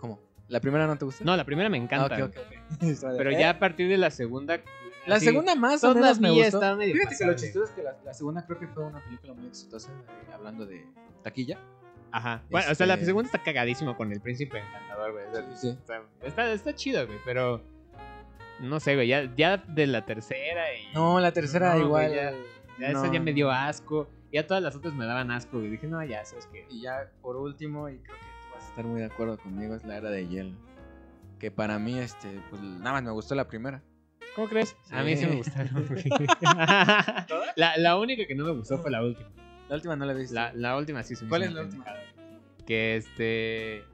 ¿Cómo? ¿La primera no te gusta?
No, la primera me
Ah, ok,
encanta.
ok, ok. (laughs) Estaba de-
Pero
eh,
ya a partir de la segunda.
La
así,
segunda más o
todavía
menos me gustó.
está medio
Fíjate que lo
pasable.
chistoso es que la, la segunda creo que fue una película muy exitosa, eh, hablando de taquilla.
Ajá. Bueno, o sea, la
Este-
segunda está cagadísima con el príncipe encantador, güey. O sea, está, está, está chido, güey, pero. No sé, güey. Ya, ya de la tercera y.
No, la tercera
No, güey,
igual.
ya- ya
no.
Esa ya me dio asco. Ya todas las otras me daban asco, güey. Dije, no, ya, sabes que.
Y ya por último, y creo que tú vas a estar muy de acuerdo conmigo, es la era de hielo. Que para mí, este, pues nada más me gustó la primera.
¿Cómo crees? A mí sí me
Sí.
gustaron.
(laughs)
güey. la, la única que no me gustó fue la última.
La última no la viste.
La, la última sí se me
¿Cuál
hizo
es
una
la última?
pendejada. Que este.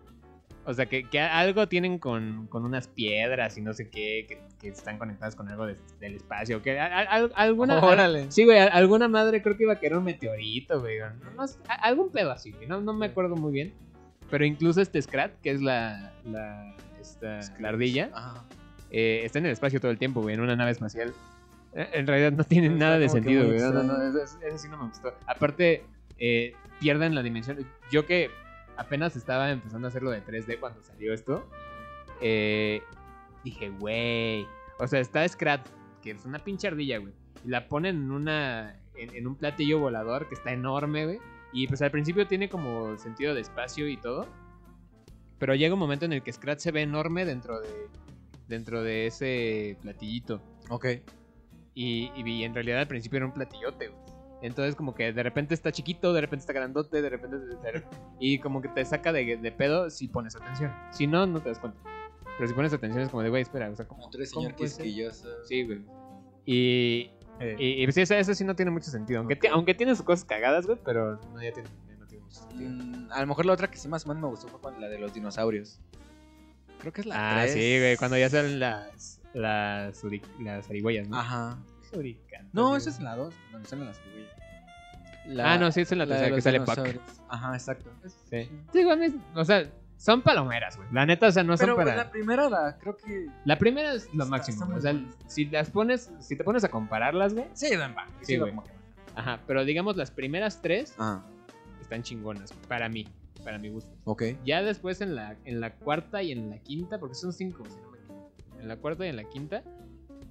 O sea, que, que algo tienen con, con unas piedras y no sé qué, que, que están conectadas con algo de- del espacio. Que, a- a- al- alguna,
Órale.
Sí, güey, a- alguna madre creo que iba a querer un meteorito, güey. o no- no sé, a- algún pedo así, güey, No, no me acuerdo muy bien. Pero incluso este Scrat, que es la, la, esta, la ardilla,
Ajá.
eh, está en el espacio todo el tiempo, güey, en una nave espacial. Eh, En realidad no tiene
Está
nada de
como que
sentido,
muy
güey. No, no, no,
extraño.
eso, eso sí no me gustó. Aparte, eh, pierden la dimensión. Yo que apenas estaba empezando a hacer lo de 3D cuando salió esto, eh, dije, güey. O sea, está Scrat, que es una pinche ardilla, güey. y La ponen en, una, en, en un platillo volador que está enorme, güey. Y pues al principio tiene como sentido de espacio y todo. Pero llega un momento en el que Scratch se ve enorme dentro de, dentro de ese platillito.
Ok.
Y, y- y en realidad al principio era un platillote, güey. Entonces como que de repente está chiquito, de repente está grandote, de repente... de- de- y como que te saca de, de pedo si pones atención. Si no, no te das cuenta. Pero si pones atención es como de, güey, espera, o sea, como...
Otro señor
puede ser?
quisquilloso.
Sí, güey. Y...
Eh,
Y, y pues sí, eso, eso sí no tiene mucho sentido. Aunque, ti-
Ok.
aunque tiene sus cosas cagadas, güey, pero no, ya tiene, no tiene mucho sentido.
mm, a lo mejor la otra que sí más o menos me gustó fue cuando- la de los dinosaurios. Creo que es la
Ah,
tres.
sí, güey, cuando ya salen las las, uri- las zarigüeyas, ¿no?
Ajá.
Suricatas,
No,
güey.
esa es en la 2, donde salen las figurillas.
Ah, no, sí, esa es la
la de
tercera que
los
sale Pac.
dinosaurios. Ajá, exacto.
Sí. Digo, no es- o sea, son palomeras, güey. La neta, o sea, no
Pero
son para...
pues, la primera, la, creo que.
La primera es lo
Está-
máximo.
está muy
o sea,
buena.
si las pones, si te pones a compararlas, güey.
Sí, dan va.
Sí, güey. Ajá, pero digamos las primeras tres
Ah,
están chingonas para mí, para mi gusto.
ok.
Ya después en la en la cuarta y en la quinta, porque son cinco, si no me equivoco, en la cuarta y en la quinta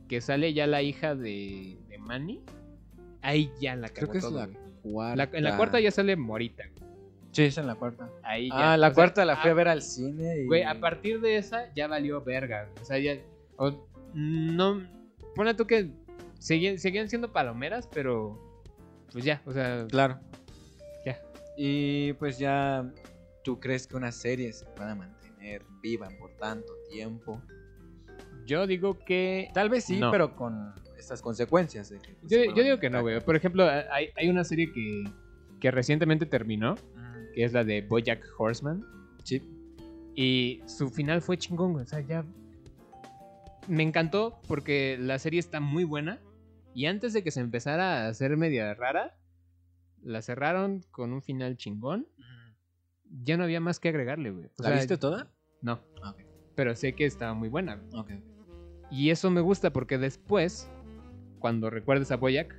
que sale ya la hija de, de Manny. Ahí ya la
Creo
cagó
que es
todo,
la
güey.
cuarta.
La- en la cuarta ya sale Morita. güey.
Sí, es en la cuarta.
Ahí ya.
Ah, la
O sea,
cuarta la fui a
ah,
ver al cine. Y...
Güey, a partir de esa ya valió verga. güey. O sea, ya. o- no. Pone tú que seguían, seguían siendo palomeras, pero. Pues ya, o sea.
Claro.
Ya.
Y pues ya. ¿Tú crees que una serie se pueda mantener viva por tanto tiempo?
Yo digo que.
Tal vez sí,
No.
pero con estas consecuencias. De que, pues,
Yo,
se
yo
vuelvan
digo que no, güey. Por ejemplo, hay, hay una serie que, que recientemente terminó,
Ujú.
que es la de Bojack Horseman.
Sí.
Y su final fue chingón, güey. O sea, ya. Me encantó porque la serie está muy buena. Y antes de que se empezara a hacer media rara, la cerraron con un final chingón. Ya no había más que agregarle, güey. O
¿La
sea,
viste toda?
No,
Ah, Ok.
pero sé que estaba muy buena. güey.
Ok.
Y eso me gusta porque después, cuando recuerdes a Boyac,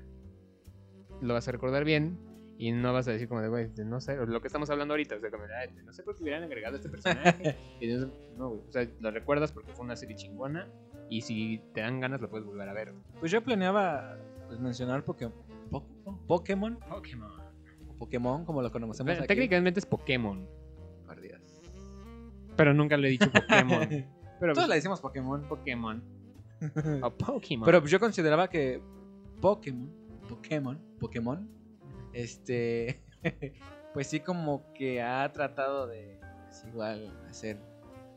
lo vas a recordar bien. Y no vas a decir como de, güey, de no sé, o lo que estamos hablando ahorita, o sea, como de, "Ay, de no sé por qué hubieran agregado a este
(laughs)
personaje. y de eso, no, güey, o sea, lo recuerdas porque fue una serie chingona y si te dan ganas lo puedes volver a ver.
Pues yo planeaba pues, mencionar Poké- Po- Pokémon,
Pokémon.
o Pokémon, como lo conocemos aquí.
técnicamente es Pokémon,
Por (laughs) Dios.
pero nunca le he
(laughs)
dicho Pokémon. pero
Todos
pues,
le decimos Pokémon. (laughs)
Pokémon. O Pokémon.
Pero pues, yo consideraba que Pokémon, Pokémon, Pokémon, este, (laughs) pues sí como que ha tratado de pues, igual hacer,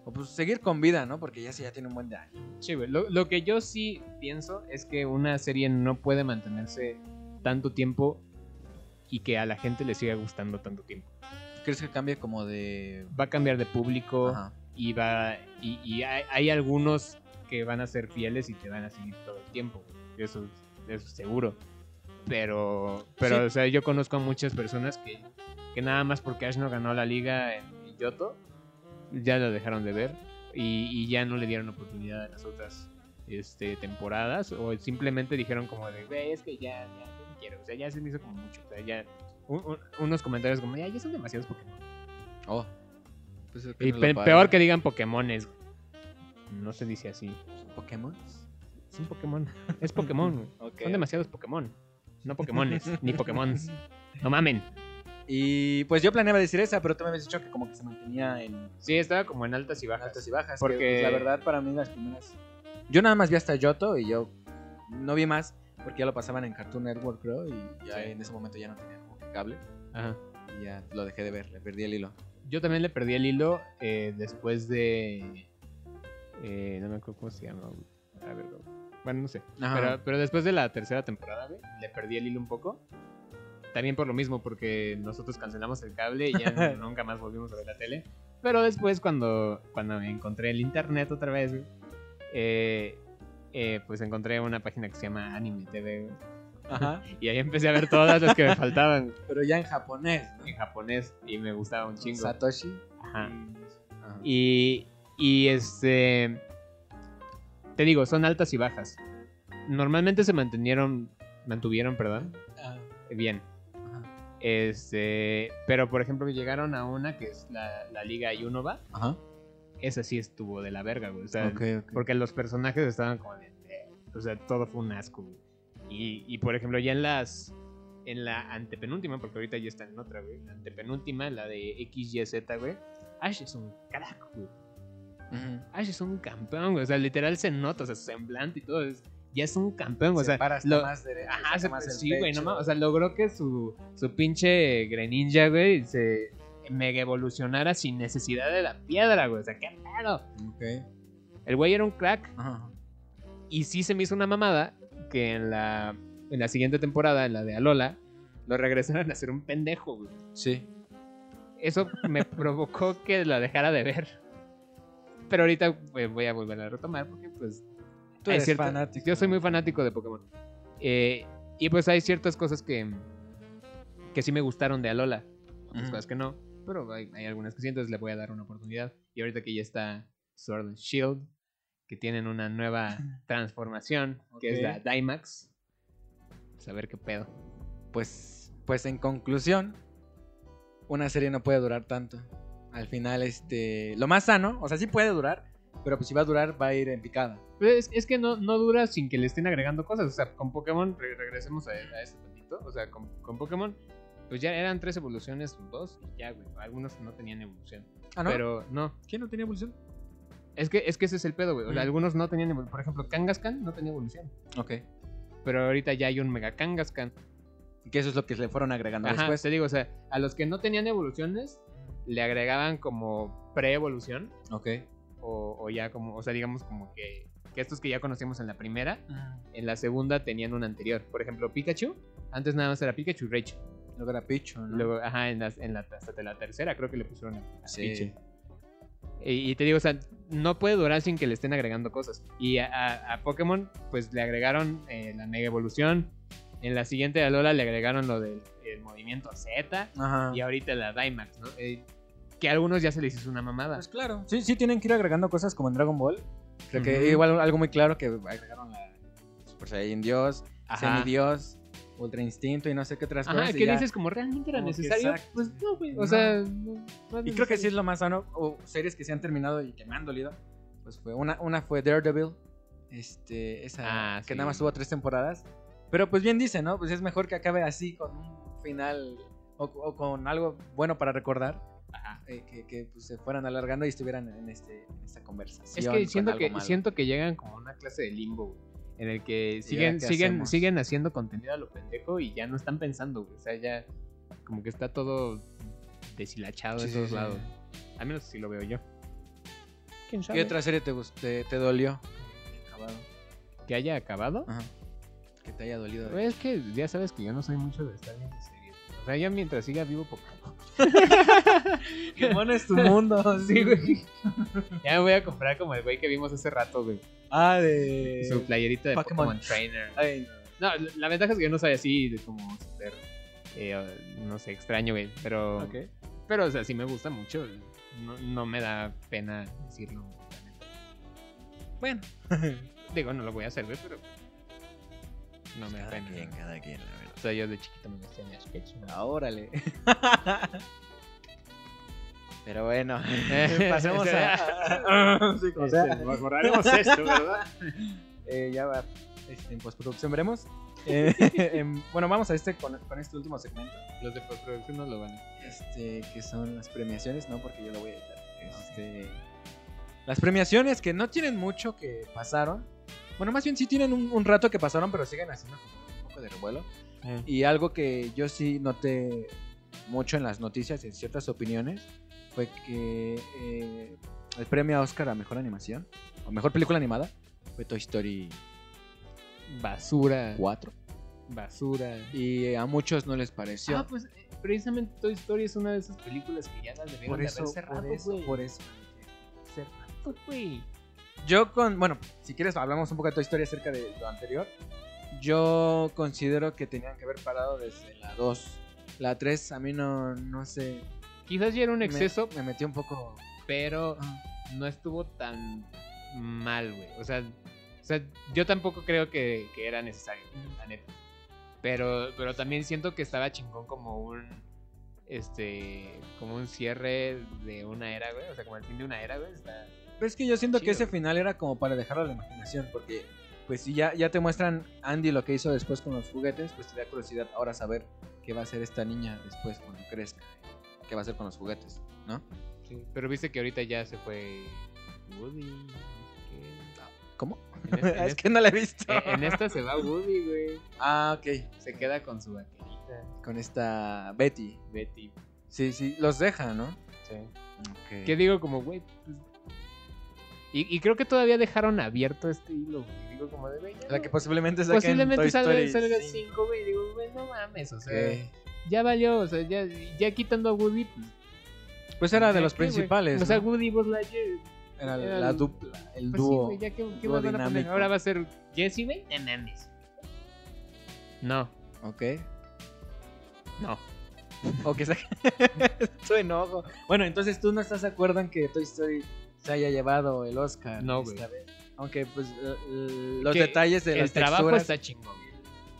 o pues seguir con vida, ¿no? Porque ya sí, ya tiene un buen de años.
Sí, güey. Lo, lo que yo sí pienso es que una serie no puede mantenerse tanto tiempo y que a la gente le siga gustando tanto tiempo.
¿Crees que cambie como de...
Va a cambiar de público
Ajá.
y va y, y hay, hay algunos que van a ser fieles y te van a seguir todo el tiempo. güey. Eso, es- eso es seguro. Pero, pero
Sí.
o sea, yo conozco a muchas personas que, que nada más porque Ash no ganó la liga en en Yoto, ya la dejaron de ver y, y ya no le dieron oportunidad a las otras este, temporadas o simplemente dijeron como de, güey, es que ya, ya, ya no quiero, o sea, ya se me hizo como mucho, o sea, ya un- un- unos comentarios como, ya, ya son demasiados Pokémon.
Oh. Pues es
Y
no lo
pe-
pagan.
peor que digan Pokémones. güey. No se dice así.
Pues, Pokémon.
Es un Pokémon. (laughs) Es Pokémon. güey. Son demasiados Pokémon. No Pokémones, (laughs) ni Pokémon. No mamen.
Y pues yo planeaba decir esa, pero tú me habías dicho que como que se mantenía en
Sí, estaba como en altas y bajas.
altas y bajas.
Porque-
Porque la verdad para mí las primeras... Yo nada más vi hasta Yoto y yo no vi más porque ya lo pasaban en Cartoon Network, creo, y ya
Sí.
en ese momento ya no tenía como que cable.
Ajá.
Y ya lo dejé de ver, le perdí el hilo.
Yo también le perdí el hilo eh, después de... eh, no me acuerdo cómo se llama. güey. A ver, güey. bueno, no sé.
Ah.
Pero, pero después de la tercera temporada, güey, le perdí el hilo un poco. También por lo mismo, porque nosotros cancelamos el cable y ya nunca más volvimos a ver la tele. Pero después, cuando, cuando me encontré el internet otra vez, güey, eh, eh, pues encontré una página que se llama Anime TV. güey,
Ajá.
Y ahí empecé a ver todas las que me faltaban (laughs)
Pero ya en japonés, ¿no?
en japonés y me gustaba un chingo.
Satoshi.
Ajá.
Ajá.
Y, y, este. Te digo, son altas y bajas. Normalmente se mantenieron. Mantuvieron, perdón.
Ah,
Bien.
ajá.
Este. Pero por ejemplo, llegaron a una que es la, la Liga Yunova.
Ajá.
Esa sí estuvo de la verga, güey. O sea,
Ok, ok.
porque los personajes estaban como de. "Eh", O sea, todo fue un asco, güey. Y, y, por ejemplo, ya en las. En la antepenúltima, porque ahorita ya está en otra, güey. La antepenúltima, la de XYZ, güey. Ash es un crack, güey.
Ujú.
Ash es un campeón, güey. O sea, literal se nota, o sea, su semblante y todo. es- ya es un campeón, güey. O
Se
sea,
para hasta
lo-
más derecho.
Ajá,
saca
se- pues
más el
sí, güey, no
pecho.
mames. O sea, logró que su, su pinche Greninja, güey, se mega evolucionara sin necesidad de la piedra, güey. O sea, qué pedo.
Ok.
El güey era un crack
Ajá.
y sí se me hizo una mamada que en la, en la siguiente temporada, en la de Alola, lo regresaron a ser un pendejo, güey.
Sí.
Eso
(laughs)
me provocó que la dejara de ver. Pero ahorita güey, voy a volver a retomar porque, pues,
Tú
hay
eres
cierta-
fanático.
Yo soy muy fanático de Pokémon. Eh, y pues hay ciertas cosas que, que sí me gustaron de Alola. Otras
Ujú.
cosas que no. Pero hay, hay algunas que sí, entonces le voy a dar una oportunidad. Y ahorita que ya está Sword and Shield, que tienen una (clears throat) nueva transformación, que es
Ok.
la Dynamax. Pues a ver qué pedo.
Pues, pues en conclusión, una serie no puede durar tanto. Al final, este, lo más sano, o sea, sí puede durar, pero pues si va a durar, va a ir en picada.
Pero Pues, es, es que no, no dura sin que le estén agregando cosas. O sea, con Pokémon, re- regresemos a, a eso tantito. O sea, con, con Pokémon, pues ya eran tres evoluciones, dos, y ya, güey. Algunos no tenían evolución.
Ah, ¿no?
Pero no.
¿Quién no tenía evolución?
Es que, es que ese es el pedo, güey. O sea,
Mm.
algunos no tenían evolución. Por ejemplo, Kangaskhan no tenía evolución.
Ok.
Pero ahorita ya hay un Mega Kangaskhan.
Que eso es lo que le fueron agregando
Ajá,
después.
te digo, o sea, a los que no tenían evoluciones, le agregaban como pre-evolución.
Ok.
O, o ya como, o sea, digamos como que, que estos que ya conocíamos en la primera,
Ah.
en la segunda tenían una anterior. Por ejemplo, Pikachu. Antes nada más era Pikachu y Raichu.
Luego era Pichu, ¿no?
Luego, ajá, en las- en la, hasta la tercera creo que le pusieron a, a
Sí.
Pichu. Y, y te digo, o sea, no puede durar sin que le estén agregando cosas. Y a, a- a Pokémon, pues le agregaron eh, la mega evolución. En la siguiente de Alola le agregaron lo del el movimiento Z.
Ajá.
Y ahorita la Dynamax, ¿no? Eh, que a algunos ya se les hizo una mamada.
Pues claro. Sí, sí tienen que ir agregando cosas como en Dragon Ball. O sea, que
Ujú.
igual algo muy claro que agregaron la Super Saiyan Dios,
Ajá.
Semidios, Ultra Instinto y no sé qué otras
Ajá,
cosas. y
que
ya.
dices como realmente era
Como que
necesario.
exacto.
Pues no, güey. O
No.
sea, no, no
Y creo que sí
necesario.
es lo más sano. O series que se han terminado y que me han dolido. Pues fue una, una fue Daredevil. Este, esa
Ah,
que
sí.
nada más tuvo tres temporadas. Pero pues bien dice, ¿no? Pues es mejor que acabe así con un final o, o con algo bueno para recordar.
Ajá.
eh, que que, pues, se fueran alargando y estuvieran en, este, en esta
Es
conversación.
que
con
siento
algo
que,
malo.
siento que llegan como a una clase de limbo, güey, En el que siguen,
qué
siguen,
hacemos?
siguen haciendo contenido a lo pendejo y ya no están pensando, güey. O sea, ya como que está todo deshilachado
Sí,
de
sí,
todos
sí.
lados. Al menos si lo veo yo. ¿Quién
¿Qué otra serie te, gust- te, te dolió? Acabado.
¿Que haya acabado?
Ajá. Que te haya dolido.
Güey, Es que ya sabes que yo no soy mucho de estar viendo series. O sea, ya mientras siga vivo, poco.
Pokémon es tu mundo.
(laughs) Sí, güey. Ya me voy a comprar como el güey que vimos hace rato, güey.
Ah, de.
Su playerita de
Pokémon.
Pokémon, Trainer.
Ay,
No, la- la ventaja es que yo no soy así de como súper, eh, no sé, extraño, güey. Pero,
no. Ok.
pero, o sea, sí me gusta mucho. No, no me da pena decirlo. la neta.
Bueno.
Digo, no lo voy a hacer, güey, pero no me da pena.
Pues cada quien, la verdad.
O sea, yo de chiquito me vestía en Ash Ketchum.
Ah, órale. (laughs) Pero bueno,
Eh,
(laughs) pasemos
ese-
a. (laughs) sí, como sea.
Este, borraremos esto, ¿verdad?
Eh, ya va. Este, en postproducción veremos. Eh, (laughs) em, bueno, vamos a este con, con este último segmento.
Los de postproducción no lo van a.
Este, que son las premiaciones, ¿no? Porque yo lo voy a editar. Este, Las premiaciones que no tienen mucho que pasaron. Bueno, más bien sí tienen un, un rato que pasaron, pero siguen haciendo como un poco de revuelo. Y algo que yo sí noté mucho en las noticias, en ciertas opiniones, fue que eh, el premio Oscar a Mejor Animación, o Mejor Película Animada, fue Toy Story Mm.
Basura.
4.
Basura.
Y eh, a muchos no les pareció.
Ah, pues eh, precisamente Toy Story es una de esas películas que ya las debieron
por,
de
eso,
haber cerrado,
por eso,
güey.
por eso.
Pues, güey.
Yo con, bueno, si quieres hablamos un poco de tu historia acerca de lo anterior. Yo considero que tenían que haber parado desde la 2. La 3 a mí no, no sé.
Quizás ya era un
me-
exceso,
Me, metí un poco... ah,
pero no estuvo tan mal, güey. O sea, o sea, yo tampoco creo que, que era necesario, la neta. Pero, pero también siento que estaba chingón como un. Este. Como un cierre de una era, güey. O sea, como el fin de una era, güey. Está...
Pero es que yo siento que
Chido.
ese final era como para dejarlo a la imaginación, porque pues si ya, ya te muestran Andy lo que hizo después con los juguetes, pues te da curiosidad ahora saber qué va a hacer esta niña después cuando crezca, qué va a hacer con los juguetes, ¿no?
Pero viste que ahorita ya se fue. Woody. no
(laughs)
sé
¿Cómo?
qué. En (laughs) este- en
es
este-
que no la he visto.
eh, en esta se va Woody, güey.
Ah, ok.
Se queda con su vaquerita,
Con esta Betty.
Betty.
Sí, sí, los deja, ¿no?
Que digo como, güey, pues- y, y creo que todavía dejaron abierto este hilo, güey. Digo como de, güey, ya
La
no-
que posiblemente saquen
posiblemente
Toy
salga,
Story
salga
5.
5, güey. Digo, güey, no mames, o sea,
Ok.
ya valió, o sea, ya, ya quitando a Woody, pues.
Pues era de
¿ya
los
qué, güey?
principales.
O sea,
¿no?
Woody y Buzz Lightyear.
Era
era
la
el-
dupla, el
Pues sí,
dúo.
güey, ya qué, qué
dúo
más van a poner.
dinámico.
Ahora va a ser Jesse, güey, no mames. No,
ok.
no.
O que saque (laughs) su enojo. Bueno, entonces tú no estás de acuerdo en que Toy Story se haya llevado el Oscar.
No,
esta
güey.
vez? Aunque, pues, eh, eh, los
Que
detalles de
El
las
trabajo
texturas.
está chingón.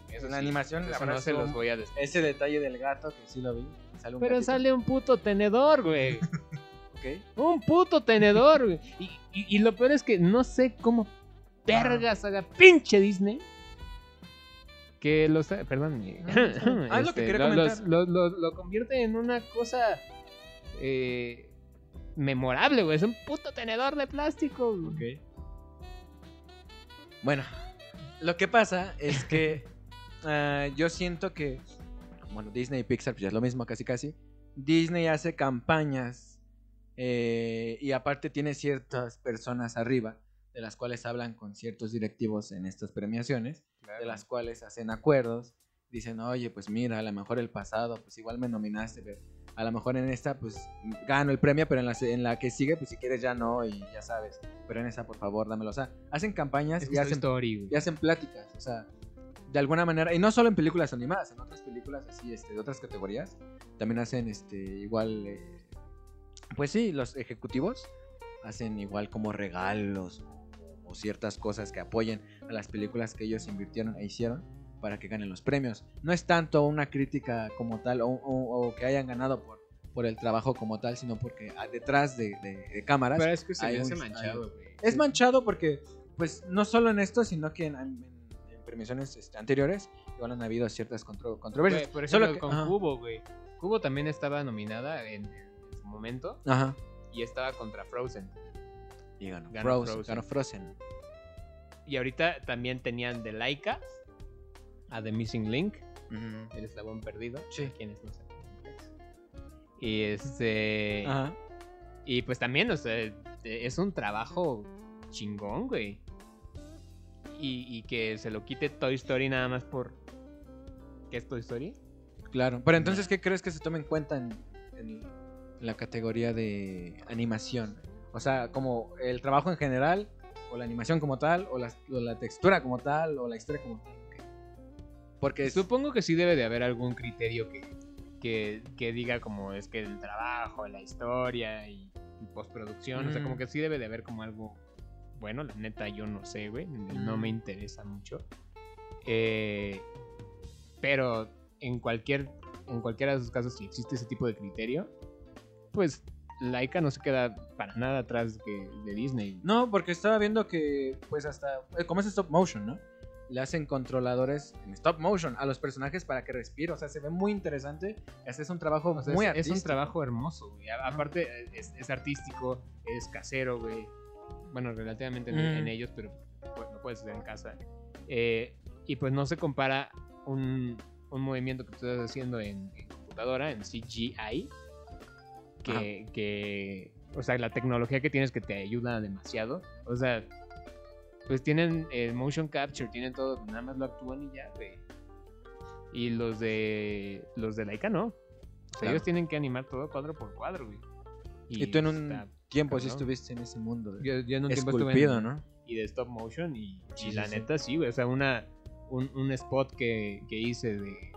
güey. Eso
la
sí,
animación, la
eso
verdad,
no se
estuvo-
los voy a decir.
Ese detalle del gato que sí lo vi. Sale un
Pero
gatito.
sale un puto tenedor, güey.
Ok.
Un puto tenedor, güey. Y, y- y lo peor es que no sé cómo vergas haga pinche Disney. Que los. Perdón. mi-
No, no, está
(laughs)
bien. Ah, es lo que
este,
quería
los-
comentar.
lo, lo- lo convierte en una cosa. eh, memorable, güey. Es un puto tenedor de plástico. güey.
Bueno, lo que pasa es que ah, yo siento que, bueno, Disney y Pixar, pues ya es lo mismo casi casi. Disney hace campañas eh, y aparte tiene ciertas personas arriba, de las cuales hablan con ciertos directivos en estas premiaciones, de las cuales hacen acuerdos, dicen, oye, pues mira, a lo mejor el pasado, pues igual me nominaste, pero a lo mejor en esta, pues gano el premio, pero en la, se- en la que sigue, pues si quieres ya no, y ya sabes, pero en esa, por favor, dámelo. O sea, hacen campañas
Es
y
Toy
hacen
Story, güey.
y hacen pláticas, o sea, de alguna manera, y no solo en películas animadas, en otras películas así, este, de otras categorías, también hacen, este, igual, eh, pues sí, los ejecutivos hacen igual como regalos o ciertas cosas que apoyen a las películas que ellos invirtieron e hicieron para que ganen los premios. No es tanto una crítica como tal o, o- o que hayan ganado por, por el trabajo como tal, sino porque ah, detrás de, de- de cámaras
Pero es que se
hay
me hace
un-
manchado, güey.
es manchado porque, pues, no solo en esto, sino que en, en- en premiaciones este, anteriores igual han habido ciertas contro-
Güey,
controversias.
por ejemplo,
Solo que-
con
ajá.
Cubo, güey. Cubo también estaba nominada en, en su momento
Ajá.
y estaba contra Frozen.
Y ganó,
Ganó
Frozen,
Frozen.
ganó Frozen.
Y ahorita también tenían de Laika a The Missing Link,
Ujú.
el eslabón perdido.
Sí.
Quienes no saben inglés. Y este.
Ajá.
Y pues también, o sea, eh, es un trabajo chingón, güey. Y, y que se lo quite Toy Story nada más por. ¿Qué es Toy Story?
Claro. Pero entonces, ¿qué crees que se tome en cuenta en, en la categoría de animación? O sea, como el trabajo en general, o la animación como tal, o la, o la textura como tal, o la historia como tal. ¿ok? Porque es-
Supongo que sí debe de haber algún criterio que, que, que diga como es que el trabajo, la historia y, y postproducción. O sea,
Mm.
como que sí debe de haber como algo. Bueno, la neta, yo no sé, güey. No
Mm.
me interesa mucho. Eh, pero en cualquier. En cualquiera de sus casos, si existe ese tipo de criterio, pues Laika no se queda para nada atrás que- de Disney.
No, porque estaba viendo que, pues hasta, eh, como es stop motion, ¿no? Le hacen controladores en stop motion a los personajes para que respire. O sea, se ve muy interesante. Este es un trabajo
O sea,
muy
es, es
artístico.
un trabajo hermoso, güey. A- Aparte, eh, es, es artístico, es casero, güey. Bueno, relativamente en,
Mm.
en ellos, pero pues, no puedes hacer en casa. Eh, y pues no se compara un, un movimiento que tú estás haciendo en, en computadora, en CGI, que, que, o sea, la tecnología que tienes que te ayuda demasiado. O sea, pues tienen eh, motion capture, tienen todo, nada más lo actúan y ya, güey. Y los de los de Laika no. O sea,
Claro.
ellos tienen que animar todo cuadro por cuadro, güey.
Y tú en un
está-
tiempo sí
cabrón.
estuviste en ese mundo. de-
yo, yo en un tiempo estuve en-
esculpido, ¿no?
y de stop motion y, y
Sí, sí,
la
sí.
neta sí, güey. O sea, una, un, un spot que, que hice de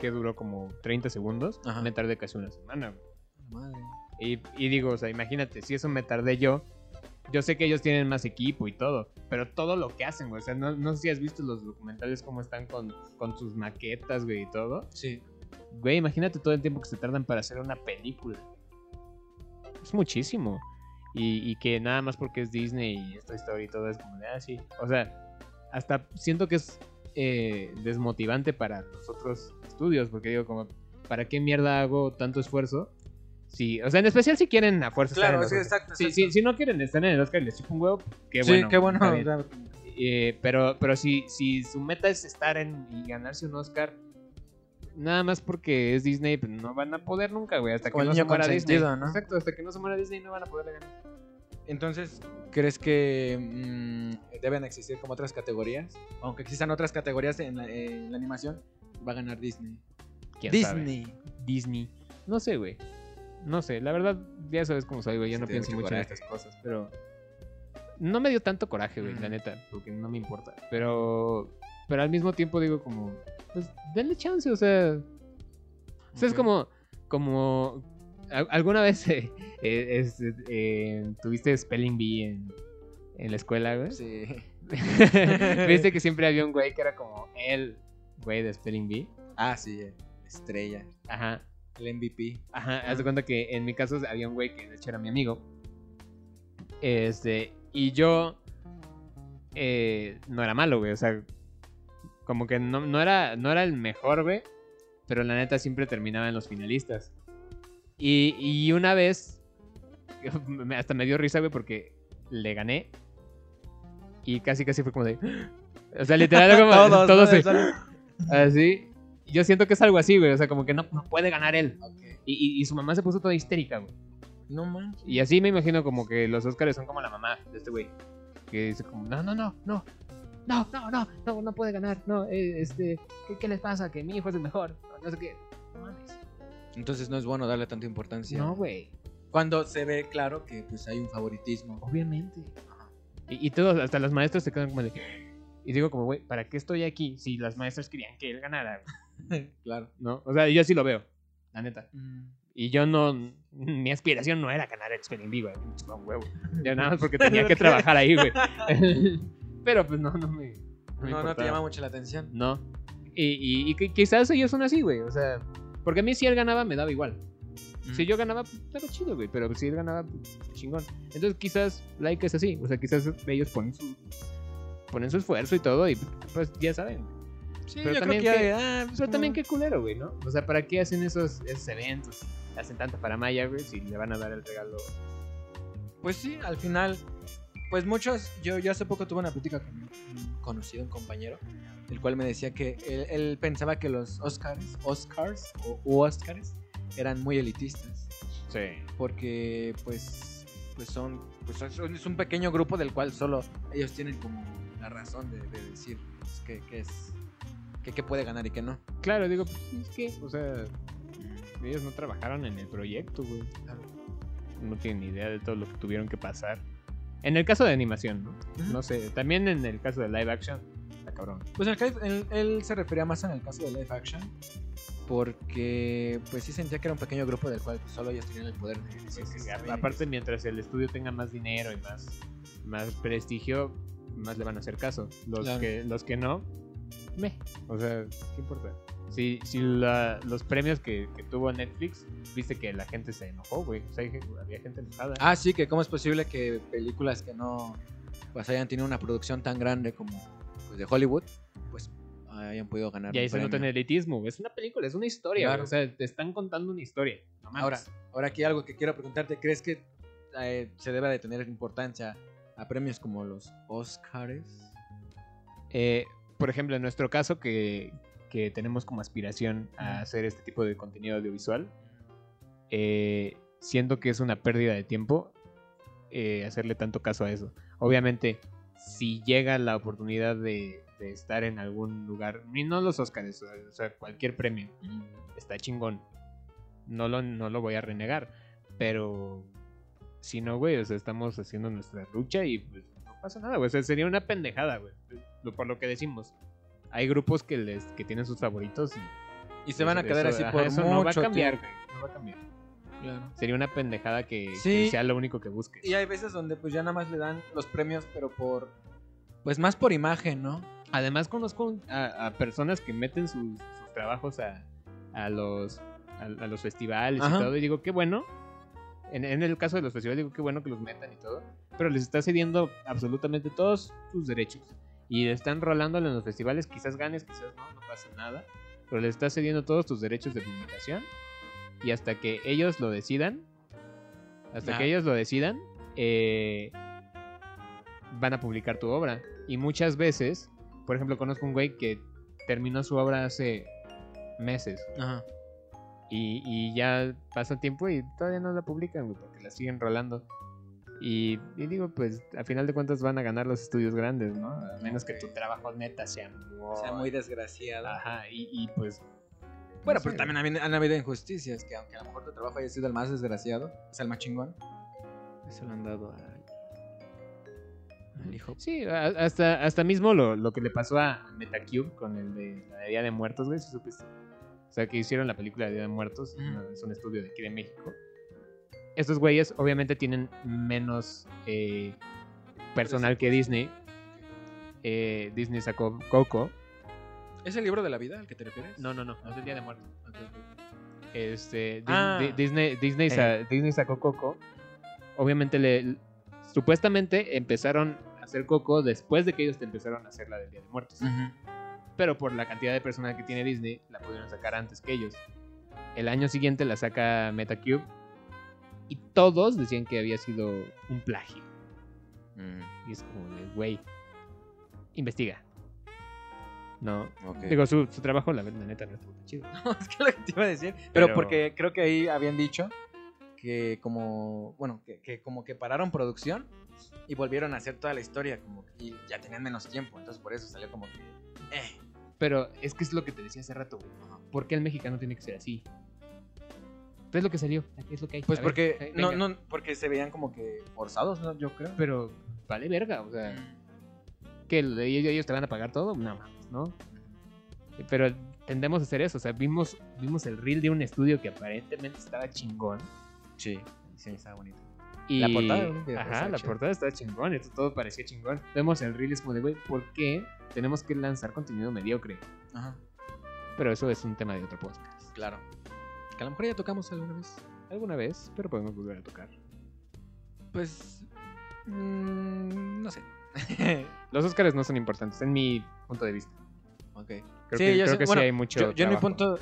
que duró como 30 segundos,
Ajá.
me tardé casi una semana. güey.
Madre.
Y, y digo, o sea, imagínate, si eso me tardé yo, yo sé que ellos tienen más equipo y todo, pero todo lo que hacen, güey. O sea, no, no sé si has visto los documentales cómo están con, con sus maquetas, güey, y todo.
Sí.
Güey, imagínate todo el tiempo que se tardan para hacer una película. Es muchísimo. Y, y que nada más porque es Disney y esta historia y todo es como de así. o sea, hasta siento que es eh, desmotivante para los otros estudios. Porque digo, como, ¿para qué mierda hago tanto esfuerzo? Sí, o sea, en especial si quieren a fuerza. estar en
Claro,
los
sí,
Oscars.
exacto.
Sí,
exacto.
sí, si no quieren estar en el Oscar, les chupa un huevo. Qué
Sí,
bueno.
qué bueno.
está bien.
o sea,
Eh, pero, pero si, si su meta es estar en y ganarse un Oscar, nada más porque es Disney, pues no van a poder nunca, güey. Hasta
O
que
el
no se
niño
muera Disney.
consentido, ¿no?
Exacto, hasta que no se muera Disney no van a poder ganar.
Entonces, ¿crees que mm, deben existir como otras categorías? Aunque existan otras categorías en la, en la animación, va a ganar Disney.
¿Quién sabe?
Disney.
Disney. No sé, güey. No sé, la verdad, ya sabes cómo soy, güey. Yo
Sí,
no
te dio
pienso
mucho
mucho en
coraje.
estas cosas, pero. No me dio tanto coraje, güey,
Mm.
la neta, porque no me importa. Pero. Pero al mismo tiempo digo, como. Pues denle chance, o sea. O sea, es
Ok.
como, como a- alguna vez (laughs) eh, eh, es- eh, tuviste Spelling Bee en, en la escuela, güey.
Sí.
(laughs)
(laughs)
Viste que siempre había un güey que era como el güey de Spelling Bee.
Ah, sí, eh, estrella.
Ajá.
El MVP.
Ajá, haz de cuenta que en mi caso había un güey que de hecho era mi amigo. Este, y yo eh, no era malo, güey. O sea, como que no, no era, no era el mejor, güey. Pero la neta siempre terminaba en los finalistas. Y, y una vez, (laughs) me- hasta me dio risa, güey, porque le gané. Y casi, casi fue como de. (gasps) O sea, literal, (laughs) como todos,
todos
se-
salen.
así. Yo siento que es algo así, güey. O sea, como que no- no puede ganar él.
Ok.
Y, y- y su mamá se puso toda histérica, güey.
No manches.
Y así me imagino como que los Óscares son como la mamá de este güey. Que dice como, no, no, no, no. No, no, no, no, no puede ganar. No, eh, este, ¿qué, qué les pasa? Que mi hijo es el mejor. No, no sé qué. No mames.
Entonces no es bueno darle tanta importancia.
No, güey.
Cuando se ve claro que pues hay un favoritismo. (laughs)
Obviamente. Y, y todos, hasta las maestras se quedan como de... "Ah". Y digo como, güey, ¿para qué estoy aquí si las maestras querían que él ganara? güey?"
claro.
¿No? O sea, yo sí lo veo, la neta. Y yo no. Mi aspiración no era ganar el Spelling Bee, güey. Me chupaba un huevo. Ya nada
(laughs)
más porque tenía que trabajar ahí, güey. Pero pues no, no me.
No, no te
importaba.
llama mucho la atención.
No. Y, y- y que- quizás ellos son así, güey. O sea, porque a mí si él ganaba me daba igual.
Mm.
Si yo ganaba, pues, estaba chido, güey. Pero si él ganaba, pues, chingón. Entonces quizás Laika es así. O sea, quizás ellos ponen su, ponen su esfuerzo y todo y pues ya saben.
Sí,
pero
yo creo
también
que ya
que-
de, ah, pues,
Pero
como-
también qué culero, güey, ¿no? O sea, ¿para qué hacen esos, esos eventos? Hacen tanta paramaya, güey, si le van a dar el regalo.
Pues sí, al final, pues muchos, yo, yo hace poco tuve una plática con un conocido, un compañero, el cual me decía que él, él pensaba que los Oscars, Oscars o u Oscars eran muy elitistas,
Sí.
porque pues, pues son, pues es un- es un pequeño grupo del cual solo ellos tienen como la razón de, de decir pues, que, que es, que, que puede ganar y que no.
Claro, digo, pues es que, o sea, ellos no trabajaron en el proyecto, güey.
Claro.
No tienen ni idea de todo lo que tuvieron que pasar. En el caso de animación, ¿no? No sé, también en el caso de live action, la cabrón.
Pues en el ca- él, él se refería más en el caso de live action. Porque pues sí sentía que era un pequeño grupo del cual solo ellos tenían el poder de decir
Pues,
si
a-
está bien,
aparte, mientras el estudio tenga más dinero y más, más prestigio, más le van a hacer caso. Los,
Claro.
que, los que no, me. O sea, ¿qué importa? Si, si la- los premios que, que tuvo Netflix, viste que la gente se enojó, güey. O sea, hay gen- había gente enojada.
Ah, sí, que cómo es posible que películas que no pues hayan tenido una producción tan grande como pues, de Hollywood, pues hayan podido ganar.
Y ahí
un
se nota en
premio.
el elitismo. Es una película, es una historia.
Claro.
güey. O sea, te están contando una historia. No mames.
Ahora, ahora aquí algo que quiero preguntarte, ¿crees que eh, se deba de tener importancia a premios como los Oscars?
Eh, por ejemplo, en nuestro caso que, que tenemos como aspiración a
Ujú.
hacer este tipo de contenido audiovisual, eh, siento que es una pérdida de tiempo eh, hacerle tanto caso a eso. Obviamente, si llega la oportunidad de, de estar en algún lugar, y no los Oscars, o sea, cualquier premio, está chingón. No lo, no lo voy a renegar. Pero si no, güey, o sea, estamos haciendo nuestra lucha y pues, no pasa nada, güey. O sea, sería una pendejada, güey. Lo- Por lo que decimos. Hay grupos que les que tienen sus favoritos y
Y se van a
eso-
quedar así
ajá,
por
eso
mucho
no va a cambiar,
tiempo.
güey, no va a cambiar.
Claro.
Sería una pendejada que, que
Sí.
sea lo único que busques.
Y hay veces donde pues ya nada más le dan los premios, pero por... Pues más por imagen, ¿no?
Además conozco un- a, a personas que meten sus, sus trabajos a, a los a, a los festivales
Ajá.
y todo y digo qué bueno. En, en el caso de los festivales digo qué bueno que los metan y todo, pero les está cediendo absolutamente todos sus derechos y le están rolándole en los festivales, quizás ganes, quizás no, no pasa nada, pero les está cediendo todos tus derechos de publicación y hasta que ellos lo decidan, hasta
Nah.
que ellos lo decidan, eh, van a publicar tu obra. Y muchas veces, por ejemplo, conozco un güey que terminó su obra hace meses
Ajá.
y, y ya pasa tiempo y todavía no la publican, güey, porque la siguen rolando. Y, y digo, pues, a final de cuentas van a ganar los estudios grandes, ¿no? A menos que
Ok.
tu trabajo neta sea muy...
sea muy desgraciado.
Ajá, y, y, pues...
Bueno,
no
pero
sé,
también han, han habido injusticias, que aunque a lo mejor tu trabajo haya sido el más desgraciado, es el más chingón. Se lo han dado al hijo.
Sí, a- hasta, hasta mismo lo, lo que le pasó a Metacube con el de la de Día de Muertos, güey, si supiste. O sea, que hicieron la película de Día de Muertos,
Ujú.
una- es un estudio de aquí de México. Estos güeyes obviamente tienen menos eh, personal que Disney. Eh, Disney sacó Coco.
¿Es el libro de la vida al que te refieres?
No, no, no, es el Día de Muertos. Este, Dis-
Ah.
Di- Disney, Disney, sa- Disney sacó Coco. Obviamente, le, supuestamente empezaron a hacer Coco después de que ellos te empezaron a hacer la del Día de Muertos. Pero por la cantidad de personal que tiene Disney, la pudieron sacar antes que ellos. El año siguiente la saca Metacube. Y todos decían que había sido un plagio. Y es como de, güey, investiga. No. Digo, su, su trabajo, la, la neta, no estuvo tan chido.
(laughs) es que lo que te iba a decir. Pero,
Pero-
porque creo que ahí habían dicho que como, bueno, que, que como que pararon producción y volvieron a hacer toda la historia como que- y ya tenían menos tiempo, entonces por eso salió como que... Eh,
Pero es que es lo que te decía hace rato, güey. ¿Por qué el mexicano tiene que ser así? Pues Es lo que salió, es lo que hay.
pues
A ver,
porque
eh,
no,
venga.
no, porque se veían como que forzados, ¿no? Yo creo.
Pero vale verga, o sea,
Mm.
que el- ellos ellos te van a pagar todo, no mames, ¿no? Pero tendemos a hacer eso, o sea, vimos, vimos el reel de un estudio que aparentemente estaba chingón.
Sí, sí, estaba bonito.
Y...
La portada era un video,
Ajá,
estaba
la
chido.
portada estaba chingón, esto todo parecía chingón. Vemos el reel y es como de, güey, ¿por qué tenemos que lanzar contenido mediocre?
Ajá.
Pero eso es un tema de otro podcast.
Claro.
Que a lo mejor ya tocamos alguna vez. Alguna vez, pero podemos volver a tocar.
Pues.
(laughs)
mm, no sé.
Los Óscares no son importantes, en mi punto de vista.
ok.
Creo
Sí,
que,
yo
creo
sé-
que
bueno,
sí hay mucho.
Yo, yo en mi
trabajo.
punto.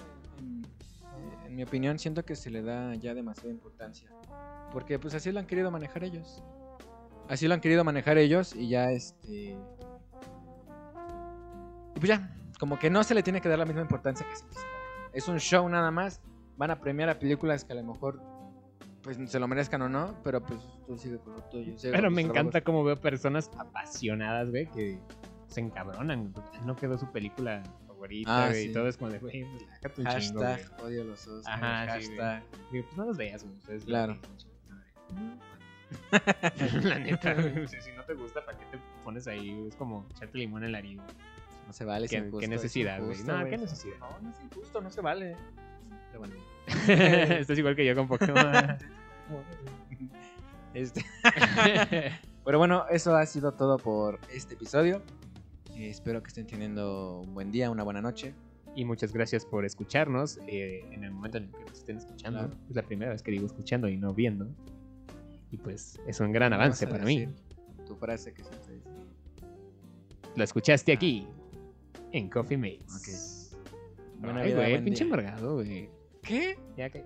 En, en mi opinión, siento que se le da ya demasiada importancia. Porque pues así lo han querido manejar ellos. Así lo han querido manejar ellos y ya este. Y pues ya, como que no se le tiene que dar la misma importancia que siempre se le da. Es un show nada más. Van a premiar a películas que a lo mejor pues se lo merezcan o no, pero pues tú sigue con lo tuyo. sigue con
Pero
tus
me encanta
trabajos.
cómo veo personas apasionadas, güey, que se encabronan. güey. No quedó su película favorita,
Ah,
güey, y
sí.
todo es como de, güey, relájate un chingo, güey.
Hashtag odio los Oscars.
Ajá, sí, güey.
hashtag.
Digo, pues no los veas, güey, ustedes la
Claro.
neta, chingada madre.
(laughs)
la neta, güey, o sea, si no te gusta, ¿para qué te pones ahí? güey? Es como echarte limón en la herida.
No se vale, es
¿Qué,
injusto,
qué
es
necesidad, güey?
injusto,
No,
güey.
¿qué necesidad?
No, no es injusto, no se vale. Pero bueno. (laughs)
Estás igual que yo con (laughs) Pokémon.
Este, Pero bueno, eso ha sido todo por este episodio. Eh, espero que estén teniendo un buen día, una buena noche.
(laughs) y muchas gracias por escucharnos eh, en el momento en el que nos estén escuchando.
Claro.
Es la primera vez que digo escuchando y no viendo. Y pues es un gran avance
Vamos a
para mí.
decir Tu frase que siempre dices.
Lo escuchaste
Ah.
aquí en Coffee Mates.
Buena
Ay,
vida,
güey,
buen
pinche
día.
embargado, güey.
¿Qué?
Ya que